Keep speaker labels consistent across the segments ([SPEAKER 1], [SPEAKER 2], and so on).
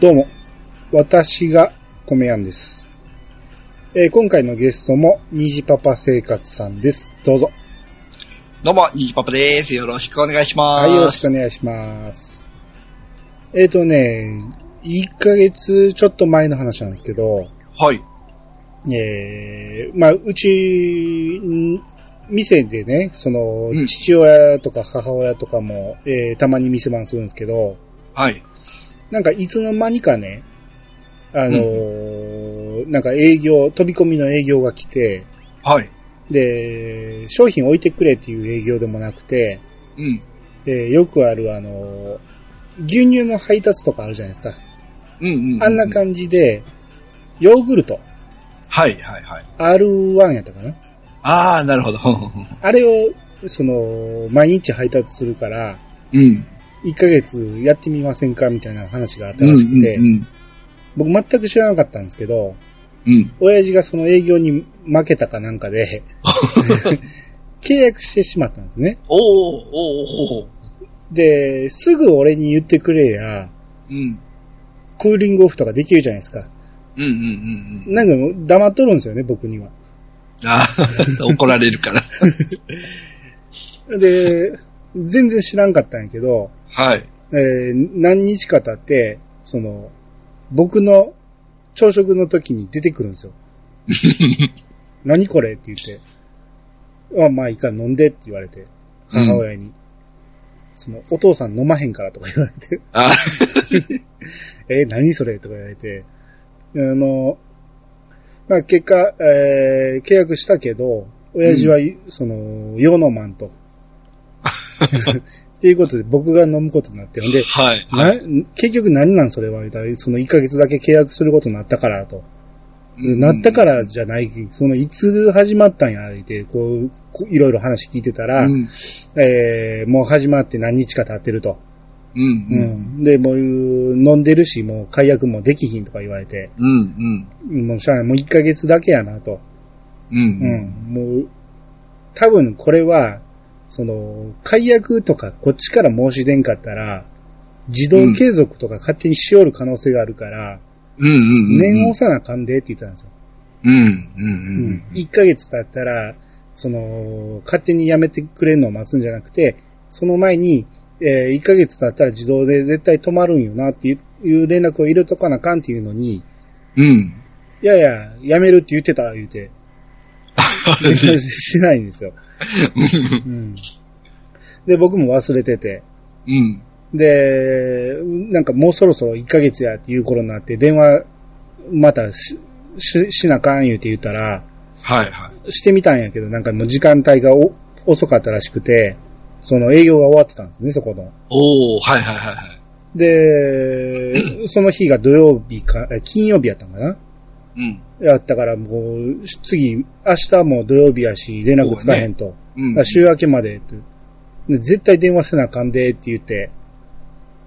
[SPEAKER 1] どうも、私が米やんです。えー今回のゲストも、虹パパ生活さんです。どうぞ。
[SPEAKER 2] どうも、ニジパパです。よろしくお願いしま
[SPEAKER 1] は
[SPEAKER 2] す。
[SPEAKER 1] い、よろしくお願いします。えっ、とね、1ヶ月ちょっと前の話なんですけど、
[SPEAKER 2] はい。
[SPEAKER 1] えーまあ、うち、ん店でね、その
[SPEAKER 2] う、ん
[SPEAKER 1] 父親とか母親とかも、えーたまに店番するんですけど、
[SPEAKER 2] はい。
[SPEAKER 1] なんかいつの間にかね、あのーなんか営業、飛び込みの営業が来て、
[SPEAKER 2] はい。
[SPEAKER 1] で、商品置いてくれっていう営業でもなくて、
[SPEAKER 2] うん。
[SPEAKER 1] でよくあるあのー牛乳の配達とかあるじゃないですか。
[SPEAKER 2] うんうん、うん。
[SPEAKER 1] あんな感じで、ヨーグルト、
[SPEAKER 2] はい、はい、はい。
[SPEAKER 1] R1 やったかな
[SPEAKER 2] あー、なるほど。
[SPEAKER 1] あれを、その、毎日配達するから、
[SPEAKER 2] うん。
[SPEAKER 1] 1ヶ月やってみませんかみたいな話があった
[SPEAKER 2] うん
[SPEAKER 1] らしくて、
[SPEAKER 2] うん。
[SPEAKER 1] 僕全く知らなかったんですけど、
[SPEAKER 2] うん。
[SPEAKER 1] 親父がその営業に負けたかなんかで、契約してしまったんですね。
[SPEAKER 2] おー、おー、おー。
[SPEAKER 1] で、すぐ俺に言ってくれや、
[SPEAKER 2] うん。
[SPEAKER 1] クーリングオフとかできるじゃないですか。
[SPEAKER 2] うん、うん、うん。うん
[SPEAKER 1] なんかもう黙っとるんですよね、僕には。
[SPEAKER 2] あー、 怒られるから。
[SPEAKER 1] で、全然知らんかったんやけど、
[SPEAKER 2] はい。
[SPEAKER 1] えー何日か経って、その、僕の朝食の時に出てくるんですよ。何これって言って。あまあいいから飲んでって言われて、
[SPEAKER 2] うん
[SPEAKER 1] 母親に。その、お父さん飲まへんからとか言われて、
[SPEAKER 2] あ
[SPEAKER 1] えー何それとか言われて、あの、まあ結果、えー契約したけど、親父は、その、用のマンと。っていうことで僕が飲むことになって、ほんで
[SPEAKER 2] ー、、はい。
[SPEAKER 1] な、結局何なんそれは、言うたらその1ヶ月だけ契約することになったからと。なったか。らじゃない、そのいつ始まったんや、って、こう、こういろいろ話聞いてたら、
[SPEAKER 2] うん。
[SPEAKER 1] えーもう始まって何日か経ってると。
[SPEAKER 2] うん、
[SPEAKER 1] う。
[SPEAKER 2] うんん。
[SPEAKER 1] で、もう、飲んでるし、もう解約もできひんとか言われて、
[SPEAKER 2] うん、うん。
[SPEAKER 1] もうしゃあない、もう1ヶ月だけやなと。
[SPEAKER 2] う。
[SPEAKER 1] うんん。もう、多分これは、その、解約とかこっちから申し出んかったら、自動継続とか勝手にしおる可能性があるから、
[SPEAKER 2] うん、うん。
[SPEAKER 1] 念を押さなあかんでって言ってたんですよ。
[SPEAKER 2] うん、うん、
[SPEAKER 1] う
[SPEAKER 2] うん
[SPEAKER 1] ん。。1ヶ月経ったら、その、勝手にやめてくれるのを待つんじゃなくて、その前に、え1ヶ月経ったら自動で絶対止まるんよなっていういう連絡を入れとかなあかんっていうのに、
[SPEAKER 2] うん。
[SPEAKER 1] いやいや、やめるって言ってた言うて、連絡しないんですよ。うん。で、僕も忘れてて、
[SPEAKER 2] うん。
[SPEAKER 1] で、なんかもうそろそろ1ヶ月やっていう頃になって、電話、またし、し、しなあかん言うて言ったら、
[SPEAKER 2] はい、はい。
[SPEAKER 1] してみたんやけど、なんかもう時間帯がお遅かったらしくて、その営業が終わってたんですね、そこの。
[SPEAKER 2] おー、はい、はい、はい。はい
[SPEAKER 1] で、その日が土曜日か、え金曜日やったんかな
[SPEAKER 2] うん。
[SPEAKER 1] やったからもう、し次、明日も土曜日やし、連絡つかへんと。
[SPEAKER 2] うん
[SPEAKER 1] あ週明けまでってで絶対電話せなあかんでって言って。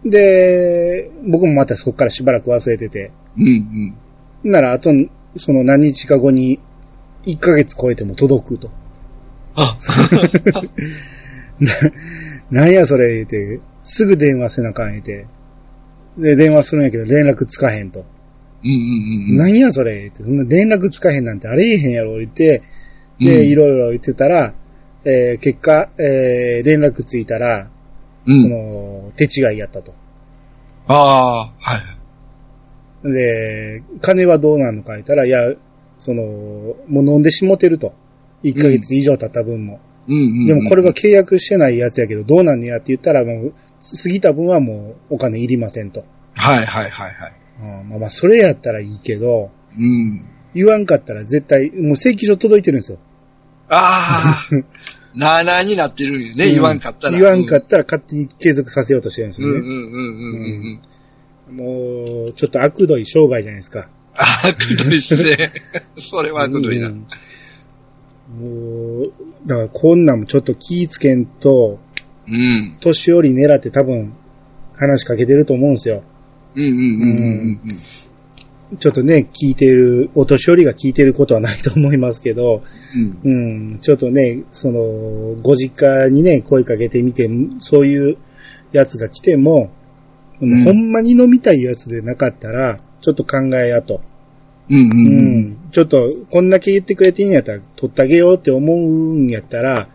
[SPEAKER 1] で、僕もまたそこからしばらく忘れてて。
[SPEAKER 2] うんうん。
[SPEAKER 1] なら、あと、その何日か後に、1ヶ月超えても届くと。
[SPEAKER 2] あ、
[SPEAKER 1] なんやそれ言うて、すぐ電話せなあかん言うて。で、電話するんやけど連絡つかへんと。
[SPEAKER 2] うんうんうん。
[SPEAKER 1] な、んやそれ言うて、そんな連絡つかへんなんてあれえへんやろ言って、で、い
[SPEAKER 2] ろ、
[SPEAKER 1] ろいろ言ってたら、えー結果、えー連絡ついたら、
[SPEAKER 2] うん、
[SPEAKER 1] その、手違いやったと。
[SPEAKER 2] ああ、はい。
[SPEAKER 1] で、金はどうなんのか言ったら、いや、その、もう飲んでしもてると。1ヶ月以上経った分も。
[SPEAKER 2] うんうん、うん。
[SPEAKER 1] でもこれは、契約してないやつやけど、どうなんねやって言ったら、もう、過ぎた分はもうお金いりませんと。
[SPEAKER 2] はいはいはいはい。
[SPEAKER 1] ああまあまあ、それやったらいいけど、
[SPEAKER 2] うん。
[SPEAKER 1] 言わんかったら絶対、もう請求書届いてるんですよ。
[SPEAKER 2] あ あ、なあなあになってるんよね、
[SPEAKER 1] うん
[SPEAKER 2] 言わんかったら。
[SPEAKER 1] 言わんかったら勝手に継続させようとしてるんです
[SPEAKER 2] うん
[SPEAKER 1] よ
[SPEAKER 2] うん
[SPEAKER 1] ね。
[SPEAKER 2] うんうんうんうん。
[SPEAKER 1] もう、ちょっと悪どい商売じゃないですか。
[SPEAKER 2] ああ、くどいですね。 それはくどいな。
[SPEAKER 1] う
[SPEAKER 2] うん
[SPEAKER 1] もう、だからこんなんもちょっと気ぃつけんと、
[SPEAKER 2] ん。
[SPEAKER 1] 年寄り狙って多分話しかけてると思うんですよ。
[SPEAKER 2] うんうんうんうんうん。
[SPEAKER 1] ちょっとね、聞いてる、お年寄りが聞いてることはないと思いますけど、
[SPEAKER 2] うん。
[SPEAKER 1] うん、ちょっとね、その、ご実家にね、声かけてみて、そういうやつが来ても、この
[SPEAKER 2] うん
[SPEAKER 1] ほんまに飲みたいやつでなかったら、ちょっと考えやと。
[SPEAKER 2] うんう
[SPEAKER 1] うんん。ちょっと、こんだけ言ってくれていいんやったら、取ってあげようって思うんやったら、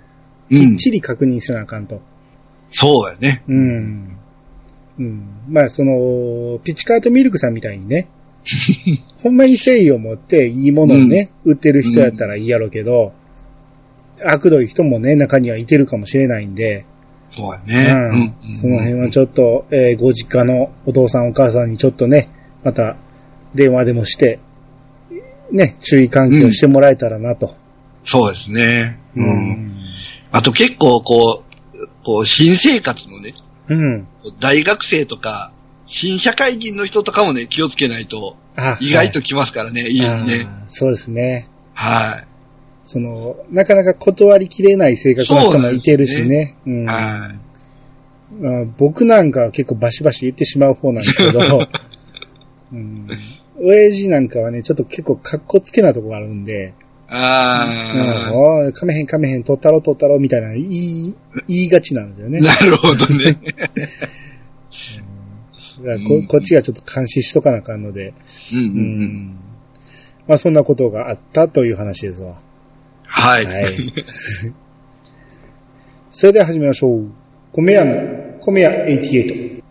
[SPEAKER 2] うん。う
[SPEAKER 1] き
[SPEAKER 2] ん
[SPEAKER 1] っ。ちり確認せなあかんと。
[SPEAKER 2] そうやね。
[SPEAKER 1] うん。うん。まあ、その、ピチカートミルクさんみたいにね、 ほんまに誠意を持っていいものをね、売ってる人やったらいいやろうけど、悪どい人もね、中にはいてるかもしれないんで、
[SPEAKER 2] そうや
[SPEAKER 1] う
[SPEAKER 2] ね
[SPEAKER 1] ん。その辺はちょっと、えーご実家のお父さんお母さんにちょっとね、また電話でもして、ね、注意喚起をしてもらえたらなと。
[SPEAKER 2] そうですね。
[SPEAKER 1] う
[SPEAKER 2] うん。
[SPEAKER 1] ん。
[SPEAKER 2] あと結構こう、こう、新生活のね、
[SPEAKER 1] うん。
[SPEAKER 2] 大学生とか、新社会人の人とかもね、気をつけないと、
[SPEAKER 1] あ
[SPEAKER 2] 意外と来ますからね、家
[SPEAKER 1] はい
[SPEAKER 2] にね。
[SPEAKER 1] あーそうですね。
[SPEAKER 2] は
[SPEAKER 1] その、なかなか断りきれない性格の人もいてるしね。う
[SPEAKER 2] い。
[SPEAKER 1] ん
[SPEAKER 2] は
[SPEAKER 1] まあ僕なんかは結構バシバシ言ってしまう方なんですけ ど、うん、親父なんかはね、ちょっと結構格好つけなとこがあるんで、
[SPEAKER 2] い。
[SPEAKER 1] うん
[SPEAKER 2] あ
[SPEAKER 1] おい、噛めへん噛めへん、取ったろ取ったろみたいな言い、言いがちなんですよね
[SPEAKER 2] あ。。なるほどね。
[SPEAKER 1] だからこ
[SPEAKER 2] うん
[SPEAKER 1] こっちがちょっと監視しとかなあかんので、
[SPEAKER 2] うんう
[SPEAKER 1] うん
[SPEAKER 2] うん。
[SPEAKER 1] んまあそんなことがあったという話ですわ。
[SPEAKER 2] はい。
[SPEAKER 1] はい。 それでは始めましょう。米屋の、米屋88。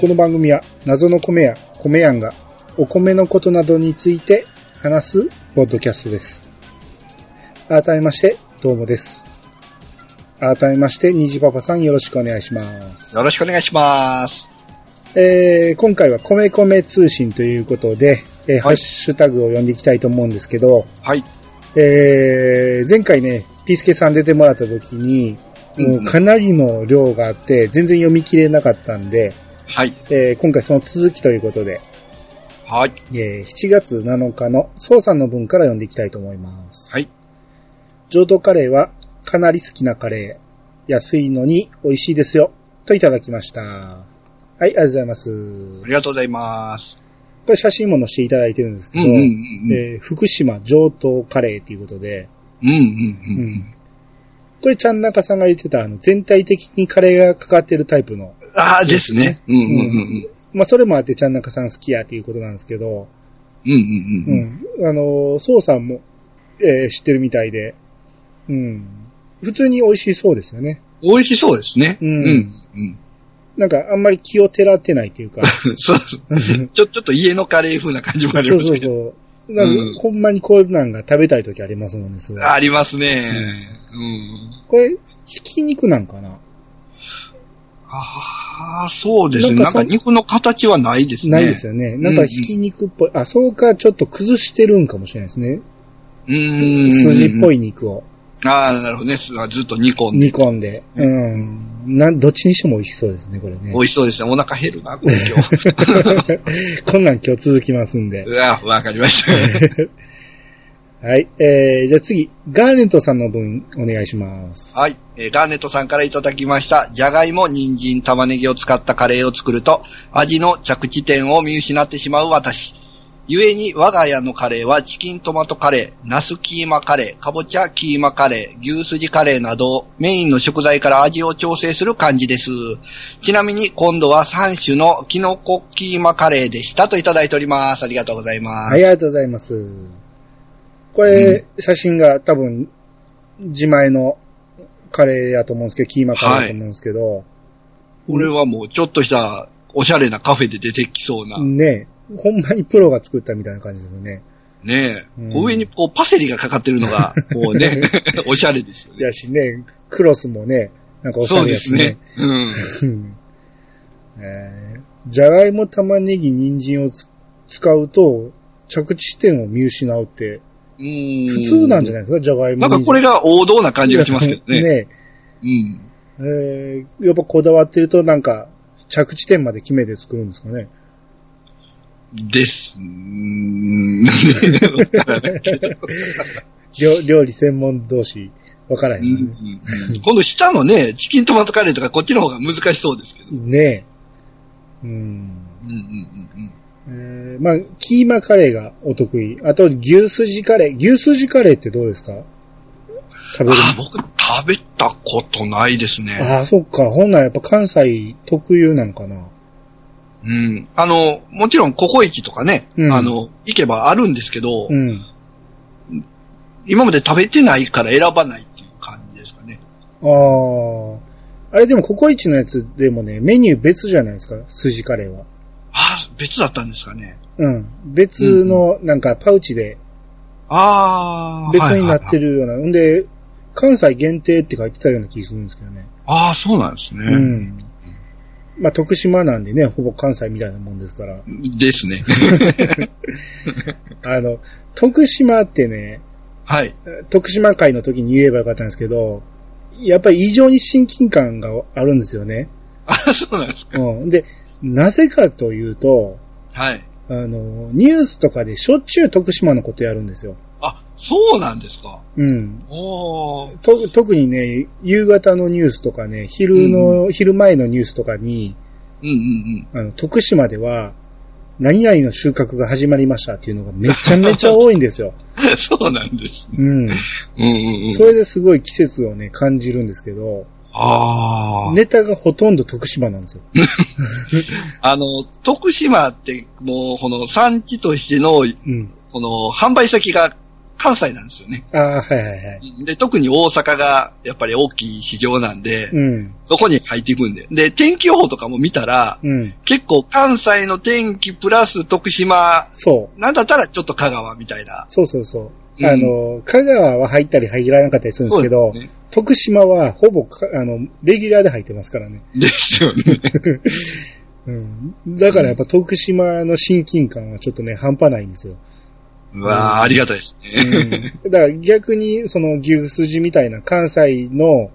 [SPEAKER 1] この番組は謎の米屋、米屋がお米のことなどについて話すポッドキャストです。改めまして、どうもです。改めまして、にじパパさんよろしくお願いします。
[SPEAKER 2] よろしくお願いします。
[SPEAKER 1] えー今回は米米通信ということで、えーハッシュタグを読んでいきたいと思うんですけど、
[SPEAKER 2] はい。
[SPEAKER 1] えー前回ね、ピースケさん出てもらった時に、もうかなりの量があって、全然読み切れなかったんで、
[SPEAKER 2] はい。
[SPEAKER 1] えー今回その続きということで、
[SPEAKER 2] はい。
[SPEAKER 1] えー7月7日の宋さんの文から読んでいきたいと思います。
[SPEAKER 2] はい。
[SPEAKER 1] 浄土カレーはかなり好きなカレー。安いのに美味しいですよ。といただきました。はい、ありがとうございます。
[SPEAKER 2] ありがとうございます。
[SPEAKER 1] これ写真も載せていただいてるんですけ
[SPEAKER 2] うん
[SPEAKER 1] ど、
[SPEAKER 2] うんうんうん。
[SPEAKER 1] えー福島上等カレーということで、
[SPEAKER 2] うん
[SPEAKER 1] う
[SPEAKER 2] うんうん。
[SPEAKER 1] ん。これ、ちゃんなかさんが言ってた、あの、全体的にカレーがかかってるタイプの、
[SPEAKER 2] ああ、ですね。うんうんうん
[SPEAKER 1] まあ、それもあってちゃんなかさん好きやっていうことなんですけど、
[SPEAKER 2] うん。うんうん
[SPEAKER 1] う
[SPEAKER 2] うん。
[SPEAKER 1] ん。あのー、宋さんも、えー知ってるみたいで、うん。普通に美味しそうですよね。
[SPEAKER 2] 美味しそうですね。
[SPEAKER 1] うん
[SPEAKER 2] うん
[SPEAKER 1] なんか、あんまり気をてらってないって いうか、
[SPEAKER 2] うん。そう そう。ちょ、 ちょっと家のカレー風な感じも
[SPEAKER 1] そ
[SPEAKER 2] ありま
[SPEAKER 1] う
[SPEAKER 2] す
[SPEAKER 1] そう
[SPEAKER 2] けど。
[SPEAKER 1] そう。なんか
[SPEAKER 2] うん
[SPEAKER 1] ほんまにこういうなんが食べたい時ありますもんね、すごい。
[SPEAKER 2] ありますね。うん。
[SPEAKER 1] これ、ひき肉なんかな
[SPEAKER 2] ああ、そうですね。
[SPEAKER 1] な
[SPEAKER 2] なんん
[SPEAKER 1] かそ
[SPEAKER 2] か肉の形はないですね。
[SPEAKER 1] ないですよね。なんかひき肉っぽい。あ、そうか、ちょっと崩してるんかもしれないですね。
[SPEAKER 2] うーん。
[SPEAKER 1] 筋っぽ
[SPEAKER 2] い。
[SPEAKER 1] い肉を
[SPEAKER 2] ああ、なるほどね。すずっと煮込んで。
[SPEAKER 1] 煮込んで。うん。なん、どっちにしても美味しそうですね、これね
[SPEAKER 2] 美。味しそうですね。お腹減るな、これ今 日。
[SPEAKER 1] こんなん今日続きますんで
[SPEAKER 2] う。わ、わかりました。
[SPEAKER 1] はい。えー、じゃあ次、ガーネットさんの分お願いします。
[SPEAKER 2] はい。えーガーネットさんからいただきました。じゃがいも、人参、玉ねぎを使ったカレーを作ると、味の着地点を見失ってしまう私。故に我が家のカレーはチキントマトカレー、ナスキーマカレー、かぼちゃキーマカレー、牛すじカレーなどメインの食材から味を調整する感じです。ちなみに今度は3種のキノコキーマカレーでしたといただいております。ありがとうございま
[SPEAKER 1] はい、
[SPEAKER 2] す。
[SPEAKER 1] ありがとうございます。これ、写真が多分、自前のカレーやと思うんですけど、キーマカレーやと思うんですけど、
[SPEAKER 2] これはもうちょっとしたおしゃれなカフェで出てきそうな。
[SPEAKER 1] ねえ、ほんまにプロが作ったみたいな感じですよね。
[SPEAKER 2] ねえ、
[SPEAKER 1] うん
[SPEAKER 2] こう上にこうパセリがかかってるの が、こうね、 おしゃれですよね。
[SPEAKER 1] やしね、クロスもね、なんかおしゃ
[SPEAKER 2] そう
[SPEAKER 1] れ
[SPEAKER 2] で
[SPEAKER 1] や
[SPEAKER 2] す
[SPEAKER 1] し
[SPEAKER 2] ね
[SPEAKER 1] ね。。
[SPEAKER 2] うん。
[SPEAKER 1] うんえーじゃがいも、玉ねぎ、人参をつ使うと、着地点を見失うって、
[SPEAKER 2] うん
[SPEAKER 1] 普通なんじゃないですか、じゃがいも。
[SPEAKER 2] なんかこれが王道な感じがしますけどね。
[SPEAKER 1] ね
[SPEAKER 2] うん。
[SPEAKER 1] えーやっぱこだわってるとなんか、着地点まで決めて作るんですかね。
[SPEAKER 2] です。うーんわからないけど
[SPEAKER 1] 料料理専門同士。わからへ
[SPEAKER 2] うん
[SPEAKER 1] んわね。
[SPEAKER 2] うんうん今度下のね、チキントマトカレーとかこっちの方が難しそうですけど。
[SPEAKER 1] ねえ。うん。
[SPEAKER 2] うんうんうん
[SPEAKER 1] えーまあ、キーマカレーがお得意。あと、牛すじカレー。牛すじカレーってどうですか食
[SPEAKER 2] うん。
[SPEAKER 1] べる
[SPEAKER 2] ああ、僕食べたことないですね。
[SPEAKER 1] ああ、そっか。本来やっぱ関西特有なのかな。
[SPEAKER 2] うん。あの、もちろんココイチとかね、
[SPEAKER 1] うん
[SPEAKER 2] あの、行けばあるんですけど、
[SPEAKER 1] うん。
[SPEAKER 2] 今まで食べてないから選ばないっていう感じですかね。
[SPEAKER 1] ああ。あれでも、ココイチのやつでもね、メニュー別じゃないですか。すじカレーは。
[SPEAKER 2] ああ、別だったんですかね。
[SPEAKER 1] うん。別の、なんか、パウチで
[SPEAKER 2] ああ。
[SPEAKER 1] 別になって
[SPEAKER 2] る。
[SPEAKER 1] るような。んで、関西限定って書いてたような気がするんですけどね。
[SPEAKER 2] ああ、そうなんです
[SPEAKER 1] う
[SPEAKER 2] ね。
[SPEAKER 1] ん。まあ、徳島なんでね、ほぼ関西みたいなもんですから。
[SPEAKER 2] ですね。
[SPEAKER 1] あの、徳島ってね、
[SPEAKER 2] はい。
[SPEAKER 1] 徳島会の時に言えばよかったんですけど、やっぱり異常に親近感があるんですよね。
[SPEAKER 2] ああ、そうなんですか。
[SPEAKER 1] うん。で、なぜかというと、
[SPEAKER 2] はい。
[SPEAKER 1] あの、ニュースとかでしょっちゅう徳島のことやるんですよ。
[SPEAKER 2] あ、そうなんですか。
[SPEAKER 1] うん。
[SPEAKER 2] おー。
[SPEAKER 1] と、特にね、夕方のニュースとかね、昼の、昼前のニュースとかに、
[SPEAKER 2] うんうんうん。
[SPEAKER 1] あの、徳島では、何々の収穫が始まりましたっていうのがめちゃめちゃ多いんです よ。
[SPEAKER 2] そうなんですね。
[SPEAKER 1] うん。
[SPEAKER 2] うんうんうん。
[SPEAKER 1] それですごい季節をね、感じるんですけど、
[SPEAKER 2] ああ、
[SPEAKER 1] ネタがほとんど徳島なんですよ。
[SPEAKER 2] あの、徳島って、もう、この産地としての、
[SPEAKER 1] うん。
[SPEAKER 2] この、販売先が関西なんですよね。
[SPEAKER 1] ああ、はいはいはい。
[SPEAKER 2] で、特に大阪が、やっぱり大きい市場なんで、
[SPEAKER 1] うん。
[SPEAKER 2] そこに入っていくんで。で、天気予報とかも見たら、
[SPEAKER 1] うん。
[SPEAKER 2] 結構関西の天気プラス徳島、
[SPEAKER 1] そう。
[SPEAKER 2] なんだったらちょっと香川みたいな。
[SPEAKER 1] そうそうそう。
[SPEAKER 2] うん
[SPEAKER 1] あの、香川は入ったり入らなかったりするんですけど、
[SPEAKER 2] そうですね
[SPEAKER 1] 徳島はほぼか、あの、レギュラーで入ってますからね。
[SPEAKER 2] ですよね。
[SPEAKER 1] うん。だからやっぱ徳島の親近感はちょっとね、半端ないんですよ。
[SPEAKER 2] うわあ、ありがたいです
[SPEAKER 1] う
[SPEAKER 2] ね。
[SPEAKER 1] ん。だから逆に、その牛すじみたいな関西の、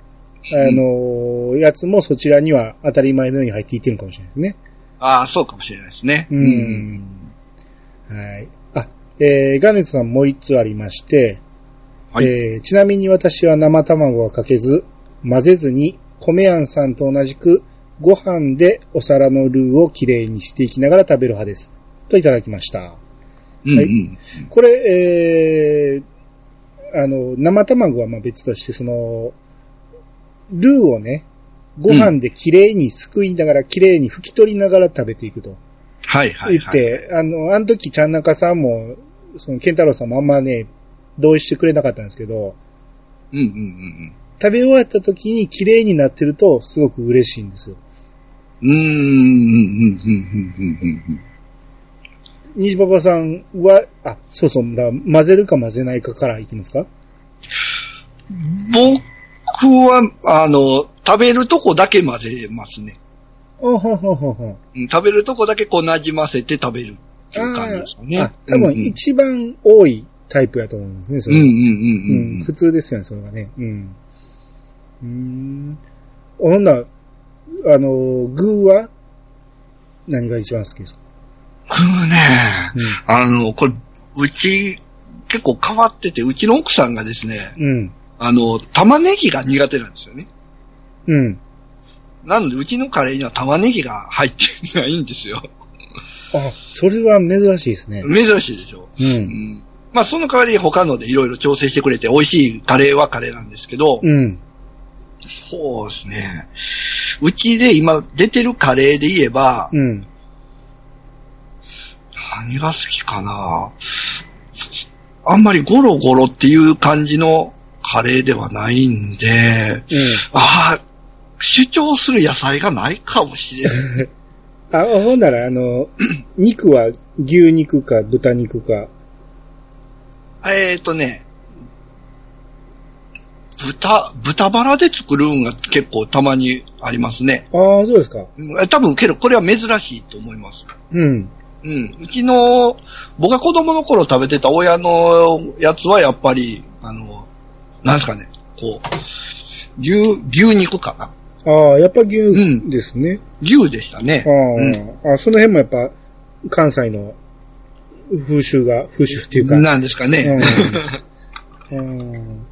[SPEAKER 1] あのやつもそちらには当たり前のように入っていってるのかもしれないですね。
[SPEAKER 2] ああ、そうかもしれないですね。
[SPEAKER 1] うん。はい。あ、えー、ガーネットさんもう一つありまして、
[SPEAKER 2] はい
[SPEAKER 1] えーちなみに私は生卵はかけず、混ぜずに、米あんさんと同じく、ご飯でお皿のルーをきれいにしていきながら食べる派です。といただきました。
[SPEAKER 2] うんう
[SPEAKER 1] はい
[SPEAKER 2] ん。
[SPEAKER 1] これ、えー、あの、生卵はまあ別として、その、ルーをね、ご飯できれいにすくいながら、きれいに拭き取りながら食べていくと。
[SPEAKER 2] はいはい
[SPEAKER 1] 言
[SPEAKER 2] は
[SPEAKER 1] っ
[SPEAKER 2] い。
[SPEAKER 1] て、あの、あの時、ちゃんなかさんも、その、ケンタロウさんもあんまね、同意してくれなかったんですけど、
[SPEAKER 2] うんうんうん
[SPEAKER 1] 食べ終わった時に綺麗になってると、すごく嬉しいんですよ。
[SPEAKER 2] うん。うーん、うん、うん、うん、うん、うん。
[SPEAKER 1] 西パパさんは、あ、そうそう、だから混ぜるか混ぜないかからいきますか
[SPEAKER 2] 僕は、あの、食べるとこだけ混ぜますね。
[SPEAKER 1] おほほほほ。
[SPEAKER 2] うん食べるとこだけこうなじませて食べるっていう感じですかね。
[SPEAKER 1] あ、多分一番多いタイプやと思うんですね、そ
[SPEAKER 2] うん
[SPEAKER 1] れ
[SPEAKER 2] うん
[SPEAKER 1] は。
[SPEAKER 2] うん
[SPEAKER 1] うん、
[SPEAKER 2] うん
[SPEAKER 1] 普通ですよね、それはね。うん。うーん。ほんならあの、具は何が一番好きですか
[SPEAKER 2] 僕ね、あの、これ、うち、結構変わってて、うちの奥さんがですね、
[SPEAKER 1] うん。うん。
[SPEAKER 2] あの、玉ねぎが苦手なんですよね。
[SPEAKER 1] うん。
[SPEAKER 2] なので、うちのカレーには玉ねぎが入ってないんですよ。
[SPEAKER 1] あ、それは珍しいですね。
[SPEAKER 2] 珍しいでしょ。
[SPEAKER 1] う。
[SPEAKER 2] うんん。まあ、その代わり他のでいろいろ調整してくれて、美味しいカレーはカレーなんですけど、
[SPEAKER 1] うん。
[SPEAKER 2] そうですね。うちで今出てるカレーで言えば、
[SPEAKER 1] うん。
[SPEAKER 2] 何が好きかなあんまりゴロゴロっていう感じのカレーではないんで、
[SPEAKER 1] うん。
[SPEAKER 2] ああ、主張する野菜がないかもしれない。
[SPEAKER 1] あ、ほんなら、あの、 肉は牛肉か豚肉か。
[SPEAKER 2] えっとね、豚、豚バラで作るんが結構たまにありますね。
[SPEAKER 1] ああ、そうですか。
[SPEAKER 2] うんえ多分けど、これは珍しいと思います。
[SPEAKER 1] うん。
[SPEAKER 2] うん。うちの、僕が子供の頃食べてた親のやつはやっぱり、あの、なんですかね、こう、牛、牛肉かな。
[SPEAKER 1] ああ、やっぱ牛ですね。
[SPEAKER 2] 牛でしたね。
[SPEAKER 1] ああ、あその辺もやっぱ関西の風習が、風習っていうか。
[SPEAKER 2] なんですかね。
[SPEAKER 1] うん。うん
[SPEAKER 2] うん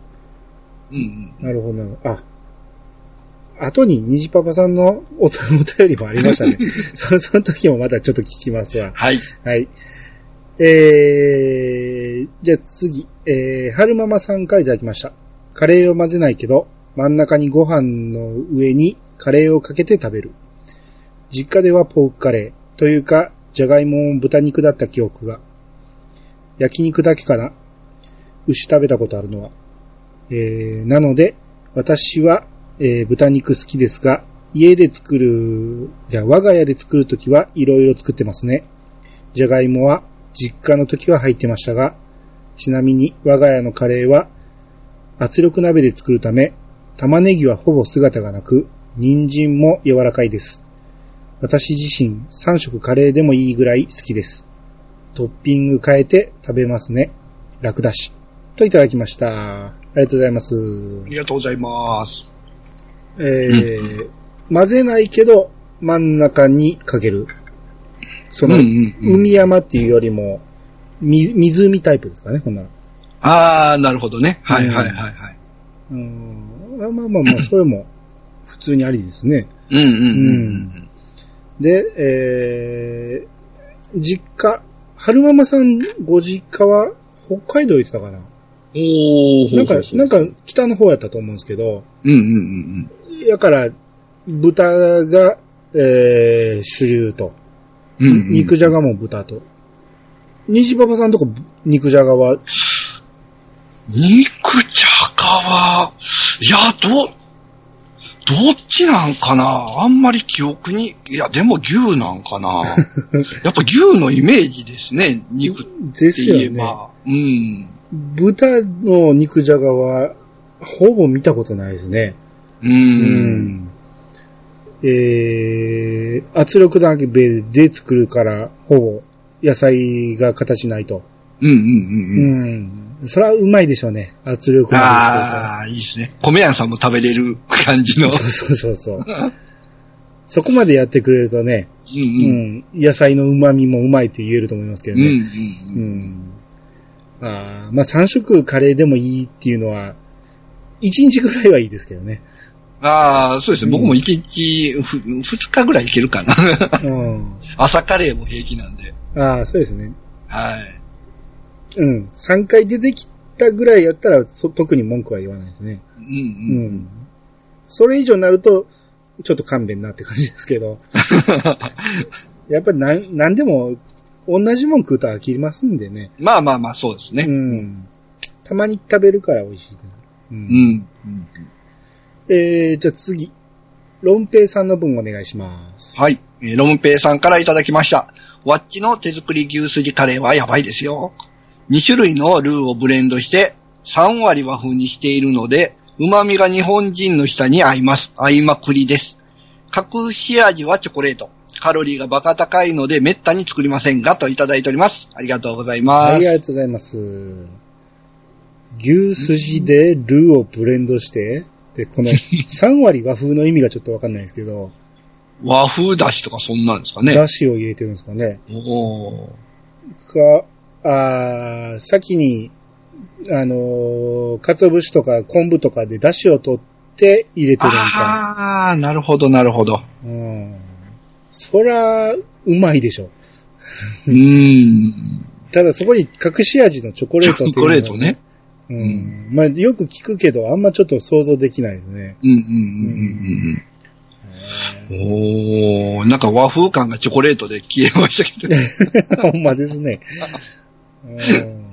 [SPEAKER 2] うん。
[SPEAKER 1] なるほど、なるほど。あ、後に虹パパさんのおお便りもありましたね。そ その時もまたちょっと聞きますわ。
[SPEAKER 2] はい。
[SPEAKER 1] はい。えー、じゃあ次、えー、春ママさんからいただきました。カレーを混ぜないけど、真ん中にご飯の上にカレーをかけて食べる。実家ではポークカレー、というか、じゃがいもも豚肉だった記憶が。焼肉だけかな牛食べたことあるのは。えー、なので、私は、えー豚肉好きですが、家で作る、じゃあ我が家で作るときはいろいろ作ってますね。じゃがいもは実家の時は入ってましたが、ちなみに我が家のカレーは圧力鍋で作るため、玉ねぎはほぼ姿がなく、人参も柔らかいです。私自身3色カレーでもいいぐらい好きです。トッピング変えて食べますね。楽だし。といただきました。ありがとうございます。
[SPEAKER 2] ありがとうございます。
[SPEAKER 1] えー、混ぜないけど真ん中にかける。その、
[SPEAKER 2] ん
[SPEAKER 1] 海山っていうよりも、み、湖タイプですかね、こんなの。
[SPEAKER 2] ああ、なるほどね。はいはいはいはい。
[SPEAKER 1] うん。まあまあま あまあ、それも、普通にありですね。
[SPEAKER 2] うんうんうん
[SPEAKER 1] で、えー、実家、春ママさん、ご実家は、北海道行ってたかな
[SPEAKER 2] うん。おー、
[SPEAKER 1] なんか、なん
[SPEAKER 2] か、
[SPEAKER 1] か、北の方やったと思うんですけど、
[SPEAKER 2] うんうんうん
[SPEAKER 1] やから、豚が、えー、主流と。
[SPEAKER 2] うん。うんうん、
[SPEAKER 1] 肉じゃがも豚と。虹パパさんとこ、肉じゃがは、
[SPEAKER 2] 肉じゃがは、いや、ど、どっちなんかなあんまり記憶に、いや、でも牛なんかな やっぱ牛のイメージですね、肉って
[SPEAKER 1] ですよ
[SPEAKER 2] 言え
[SPEAKER 1] ね。
[SPEAKER 2] ば。うん。
[SPEAKER 1] 豚の肉じゃがは、ほぼ見たことないですね。
[SPEAKER 2] うーん。
[SPEAKER 1] えー、圧力鍋で作るから、ほぼ、野菜が形ないと。
[SPEAKER 2] うんうんう
[SPEAKER 1] うん
[SPEAKER 2] うん。
[SPEAKER 1] ん。それはうまいでしょうね。圧力鍋
[SPEAKER 2] ああ、いいですね。米屋さんも食べれる感じの。
[SPEAKER 1] で作るから。そうそうそうそう。そこまでやってくれるとね、
[SPEAKER 2] うん
[SPEAKER 1] う
[SPEAKER 2] うん。
[SPEAKER 1] ん、野菜の旨味もうまいって言えると思いますけど
[SPEAKER 2] うん
[SPEAKER 1] ね。
[SPEAKER 2] うん
[SPEAKER 1] う
[SPEAKER 2] うん。
[SPEAKER 1] ん。ああ、まあ3食カレーでもいいっていうのは、1日ぐらいはいいですけどね。
[SPEAKER 2] ああ、そうですね。
[SPEAKER 1] うん
[SPEAKER 2] 僕も一日、ふ二日ぐらいいけるかな。
[SPEAKER 1] うん。
[SPEAKER 2] 朝カレーも平気なんで。
[SPEAKER 1] ああ、そうですね。
[SPEAKER 2] はい。
[SPEAKER 1] うん。3回出てきたぐらいやったら、そ特に文句は言わないですね。
[SPEAKER 2] うん
[SPEAKER 1] う
[SPEAKER 2] うん。
[SPEAKER 1] ん。それ以上になると、ちょっと勘弁なって感じですけど。やっぱりなん、なんでも、同じもん食うと飽きますんでね。
[SPEAKER 2] まあまあまあ、そうですね。
[SPEAKER 1] うん。たまに食べるから美味しい。う。
[SPEAKER 2] うんん。うん
[SPEAKER 1] えー、じゃあ次。ロンペイさんの分お願いします。
[SPEAKER 2] はい。えーロムペイさんからいただきました。ワッチの手作り牛すじカレーはやばいですよ。2種類のルーをブレンドして、3割和風にしているので、旨味が日本人の舌に合います。合いまくりです。隠し味はチョコレート。カロリーがバカ高いので、めったに作りませんが、といただいております。ありがとうございます。
[SPEAKER 1] はい、ありがとうございます。牛すじでルーをブレンドして、で、 この3割和風の意味がちょっとわかんないですけど、
[SPEAKER 2] 和風だしとかそんなんですかね。
[SPEAKER 1] だしを入れてるんですかね。
[SPEAKER 2] おー
[SPEAKER 1] か、あー先に、あのー、鰹節とか昆布とかでだしを取って入れてるみた
[SPEAKER 2] ああ、なるほど、なるほど。
[SPEAKER 1] い。うん。そら、うまいでしょ。
[SPEAKER 2] うーん。
[SPEAKER 1] ただそこに隠し味のチョコレ
[SPEAKER 2] チ
[SPEAKER 1] ートっていう
[SPEAKER 2] ョ
[SPEAKER 1] のが
[SPEAKER 2] コレート。ね。
[SPEAKER 1] うん。まあよく聞くけど、あんまちょっと想像できないですね。
[SPEAKER 2] うんうんうんうんうんうん。おー、なんか和風感がチョコレートで消えました け ど。
[SPEAKER 1] ほんまですね。うん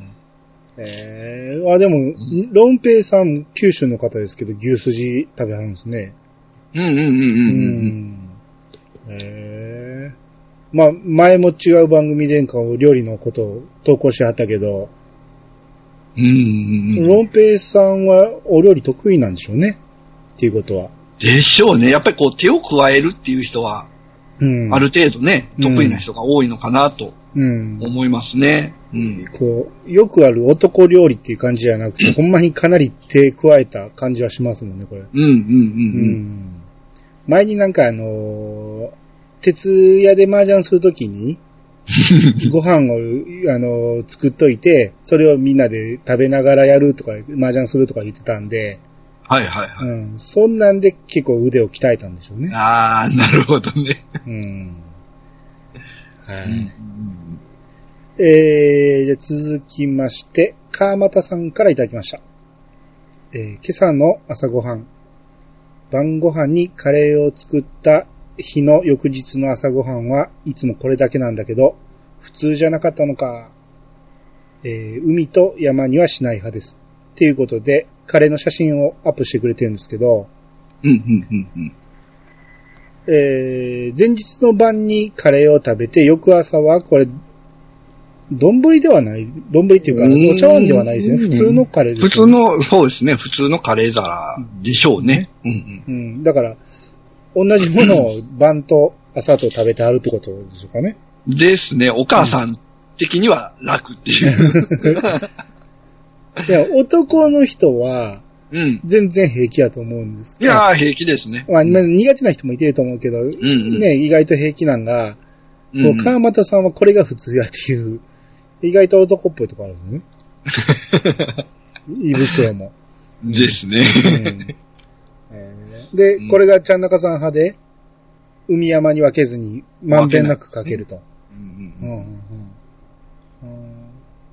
[SPEAKER 1] えー、あ、でも、ロンペイさん、九州の方ですけど、牛すじ食べはるんですね。
[SPEAKER 2] うんうんうん
[SPEAKER 1] う
[SPEAKER 2] うん。
[SPEAKER 1] ん。えー、まあ、前も違う番組でなんかを料理のことを投稿しはったけど、
[SPEAKER 2] うんうんう
[SPEAKER 1] ロ
[SPEAKER 2] ん。
[SPEAKER 1] ンペイさんはお料理得意なんでしょうね。っていうことは。
[SPEAKER 2] でしょうね。やっぱりこう手を加えるっていう人は、
[SPEAKER 1] うん。
[SPEAKER 2] ある。程度ね、
[SPEAKER 1] うん
[SPEAKER 2] 得意な人が多いのかなと
[SPEAKER 1] うん。
[SPEAKER 2] 思いますね。うん。
[SPEAKER 1] こう、よくある男料理っていう感じじゃなくて、ほんまにかなり手加えた感じはしますもんね、これ。
[SPEAKER 2] うんうんうん
[SPEAKER 1] 前になんかあのー徹夜で麻雀するとき に、ご飯を、あのー作っといて、それをみんなで食べながらやるとか、麻雀するとか言ってたんで、
[SPEAKER 2] はいはいは
[SPEAKER 1] うん。そんなんで結構腕を鍛えたんでしょう
[SPEAKER 2] い。
[SPEAKER 1] ね。
[SPEAKER 2] ああ、なるほどね。
[SPEAKER 1] うん。は
[SPEAKER 2] う
[SPEAKER 1] い。
[SPEAKER 2] ん
[SPEAKER 1] えー、じゃあ続きまして、川又さんからいただきました。えー、今朝の朝ごはん。晩ご飯にカレーを作った日の翌日の朝ごはんはいつもこれだけなんだけど、普通じゃなかったのか。えー、海と山にはしない派です。っていうことで、カレーの写真をアップしてくれてるんですけど、
[SPEAKER 2] うんうんうんうん。
[SPEAKER 1] えー、前日の晩にカレーを食べて、翌朝はこれ、丼ではない、丼っていうか、あ
[SPEAKER 2] う
[SPEAKER 1] の
[SPEAKER 2] ん
[SPEAKER 1] お茶碗ではないですね。普通のカレーです、ね。
[SPEAKER 2] 普通。の、そうですね。普通のカレー皿でしょうね。うんうん。
[SPEAKER 1] うん。だから、同じものを晩と朝と食べてあるってことでしょう かね。
[SPEAKER 2] ですね。お母さん的には楽っていう。
[SPEAKER 1] いや、男の人は、
[SPEAKER 2] うん。
[SPEAKER 1] 全然平気やと思うんです
[SPEAKER 2] い
[SPEAKER 1] けど。
[SPEAKER 2] やー、平気ですね。
[SPEAKER 1] まあ、まあ苦手な人もいてると思うけど、
[SPEAKER 2] うん
[SPEAKER 1] ね、意外と平気なんが、
[SPEAKER 2] うん
[SPEAKER 1] こう、川又さんはこれが普通やっていう、意外と男っぽいとこあるの ね。胃袋も。
[SPEAKER 2] ですね。
[SPEAKER 1] うんえーで、これがちゃんなかさん派で、海山に分けずに、まんべんなくかけると。
[SPEAKER 2] うん
[SPEAKER 1] う
[SPEAKER 2] うんん
[SPEAKER 1] う
[SPEAKER 2] うん
[SPEAKER 1] んうんうん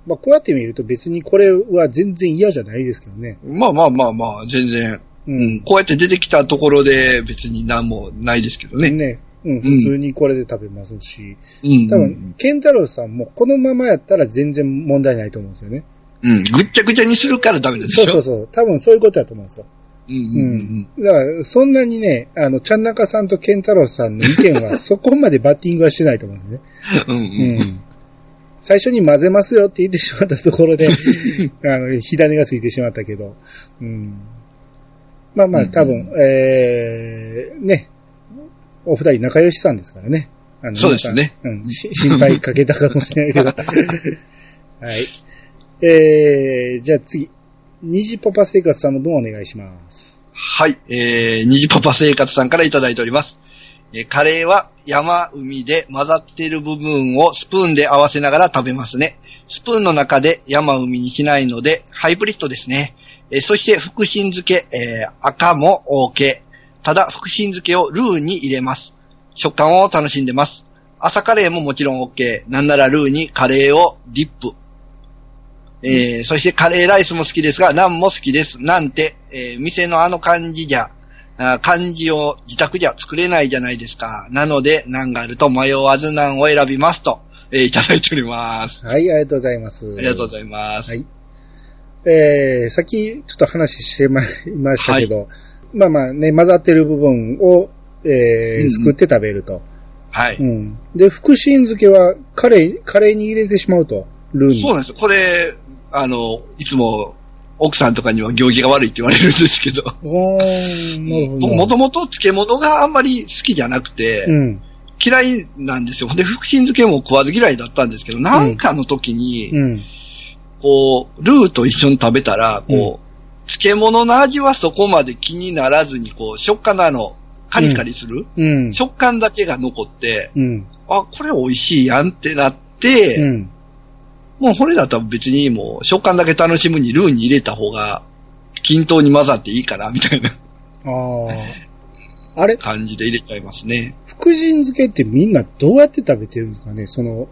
[SPEAKER 1] まあ、こうやって見ると別にこれは全然嫌じゃないですけどね。
[SPEAKER 2] まあまあまあまあ、全然。
[SPEAKER 1] う
[SPEAKER 2] うんん。。こうやって出てきたところで別に何もないですけどね。
[SPEAKER 1] ね。うん、
[SPEAKER 2] うん
[SPEAKER 1] 普通にこれで食べますし、
[SPEAKER 2] うん
[SPEAKER 1] 多分、ケンタロウさんもこのままやったら全然問題ないと思うんですよね。
[SPEAKER 2] うん。ぐっちゃぐちゃにするからダメです
[SPEAKER 1] そ
[SPEAKER 2] よ。
[SPEAKER 1] うそうそう。多分そういうことだと思うんですよ。
[SPEAKER 2] うんうん
[SPEAKER 1] う
[SPEAKER 2] うん
[SPEAKER 1] ん。だから、そんなにね、あの、ちゃんなかさんとケンタロウさんの意見はそこまでバッティングはしてないと思うんですね。
[SPEAKER 2] うんうんうん。
[SPEAKER 1] 最初に混ぜますよって言ってしまったところ で、あの、火種がついてしまったけど、うん。まあま
[SPEAKER 2] う
[SPEAKER 1] あ、
[SPEAKER 2] ん
[SPEAKER 1] 多分、えー、ね、お二人仲良しさんですからね。あの
[SPEAKER 2] そうですね。
[SPEAKER 1] 皆さんうん、し心配かけたかもし れないけど。 はい。えー、じゃあ次。虹パパ生活さんの分お願いします。
[SPEAKER 2] はい。えー、虹パパ生活さんからいただいております。えーカレーは山、海で混ざっている部分をスプーンで合わせながら食べますね。スプーンの中で山、海にしないので、ハイブリッドですね。えーそして、福神漬け、えー赤も OK。ただ、福神漬けをルーに入れます。食感を楽しんでます。朝カレーももちろん OK。なんならルーにカレーをディップ。えーそしてカレーライスも好きですが、ナンも好きです。なんて、えー店のあの感じじゃ、あー感じを自宅じゃ作れないじゃないですか。なので、ナンがあると迷わずナンを選びますと、えーいただいております。
[SPEAKER 1] はい、ありがとうございます。
[SPEAKER 2] ありがとうございます。
[SPEAKER 1] はい。えー、さっきちょっと話してまいりましたけど、まあまあね、混ざってる部分を、え
[SPEAKER 2] うん
[SPEAKER 1] ー
[SPEAKER 2] うん
[SPEAKER 1] すくって食べると。
[SPEAKER 2] は
[SPEAKER 1] う
[SPEAKER 2] い。
[SPEAKER 1] ん、で、福神漬けはカレー、カレーに入れてしまうと。ルーに。
[SPEAKER 2] そうなんです。これ、あの、いつも、奥さんとかには行儀が悪いって言われるんですけど、
[SPEAKER 1] おーなるほど。
[SPEAKER 2] 僕もともと漬物があんまり好きじゃなくて、
[SPEAKER 1] うん。
[SPEAKER 2] 嫌いなんですよ。で、福神漬けも食わず嫌いだったんですけど、なんかの時に、
[SPEAKER 1] うん。
[SPEAKER 2] こう、ルーと一緒に食べたら、こう、漬物の味はそこまで気にならずに、こう、食感のあの、カリカリする、
[SPEAKER 1] うん。
[SPEAKER 2] 食感だけが残って、
[SPEAKER 1] うん。
[SPEAKER 2] あ、これ美味しいやんってなっ
[SPEAKER 1] う
[SPEAKER 2] て、
[SPEAKER 1] ん。
[SPEAKER 2] もうこれだったら別にもう、食感だけ楽しむにルーに入れた方が、均等に混ざっていいかな、みたいな
[SPEAKER 1] ああ。あれ、
[SPEAKER 2] 感じで入れちゃいますね。
[SPEAKER 1] 福神漬けってみんなどうやって食べてるんですかねその、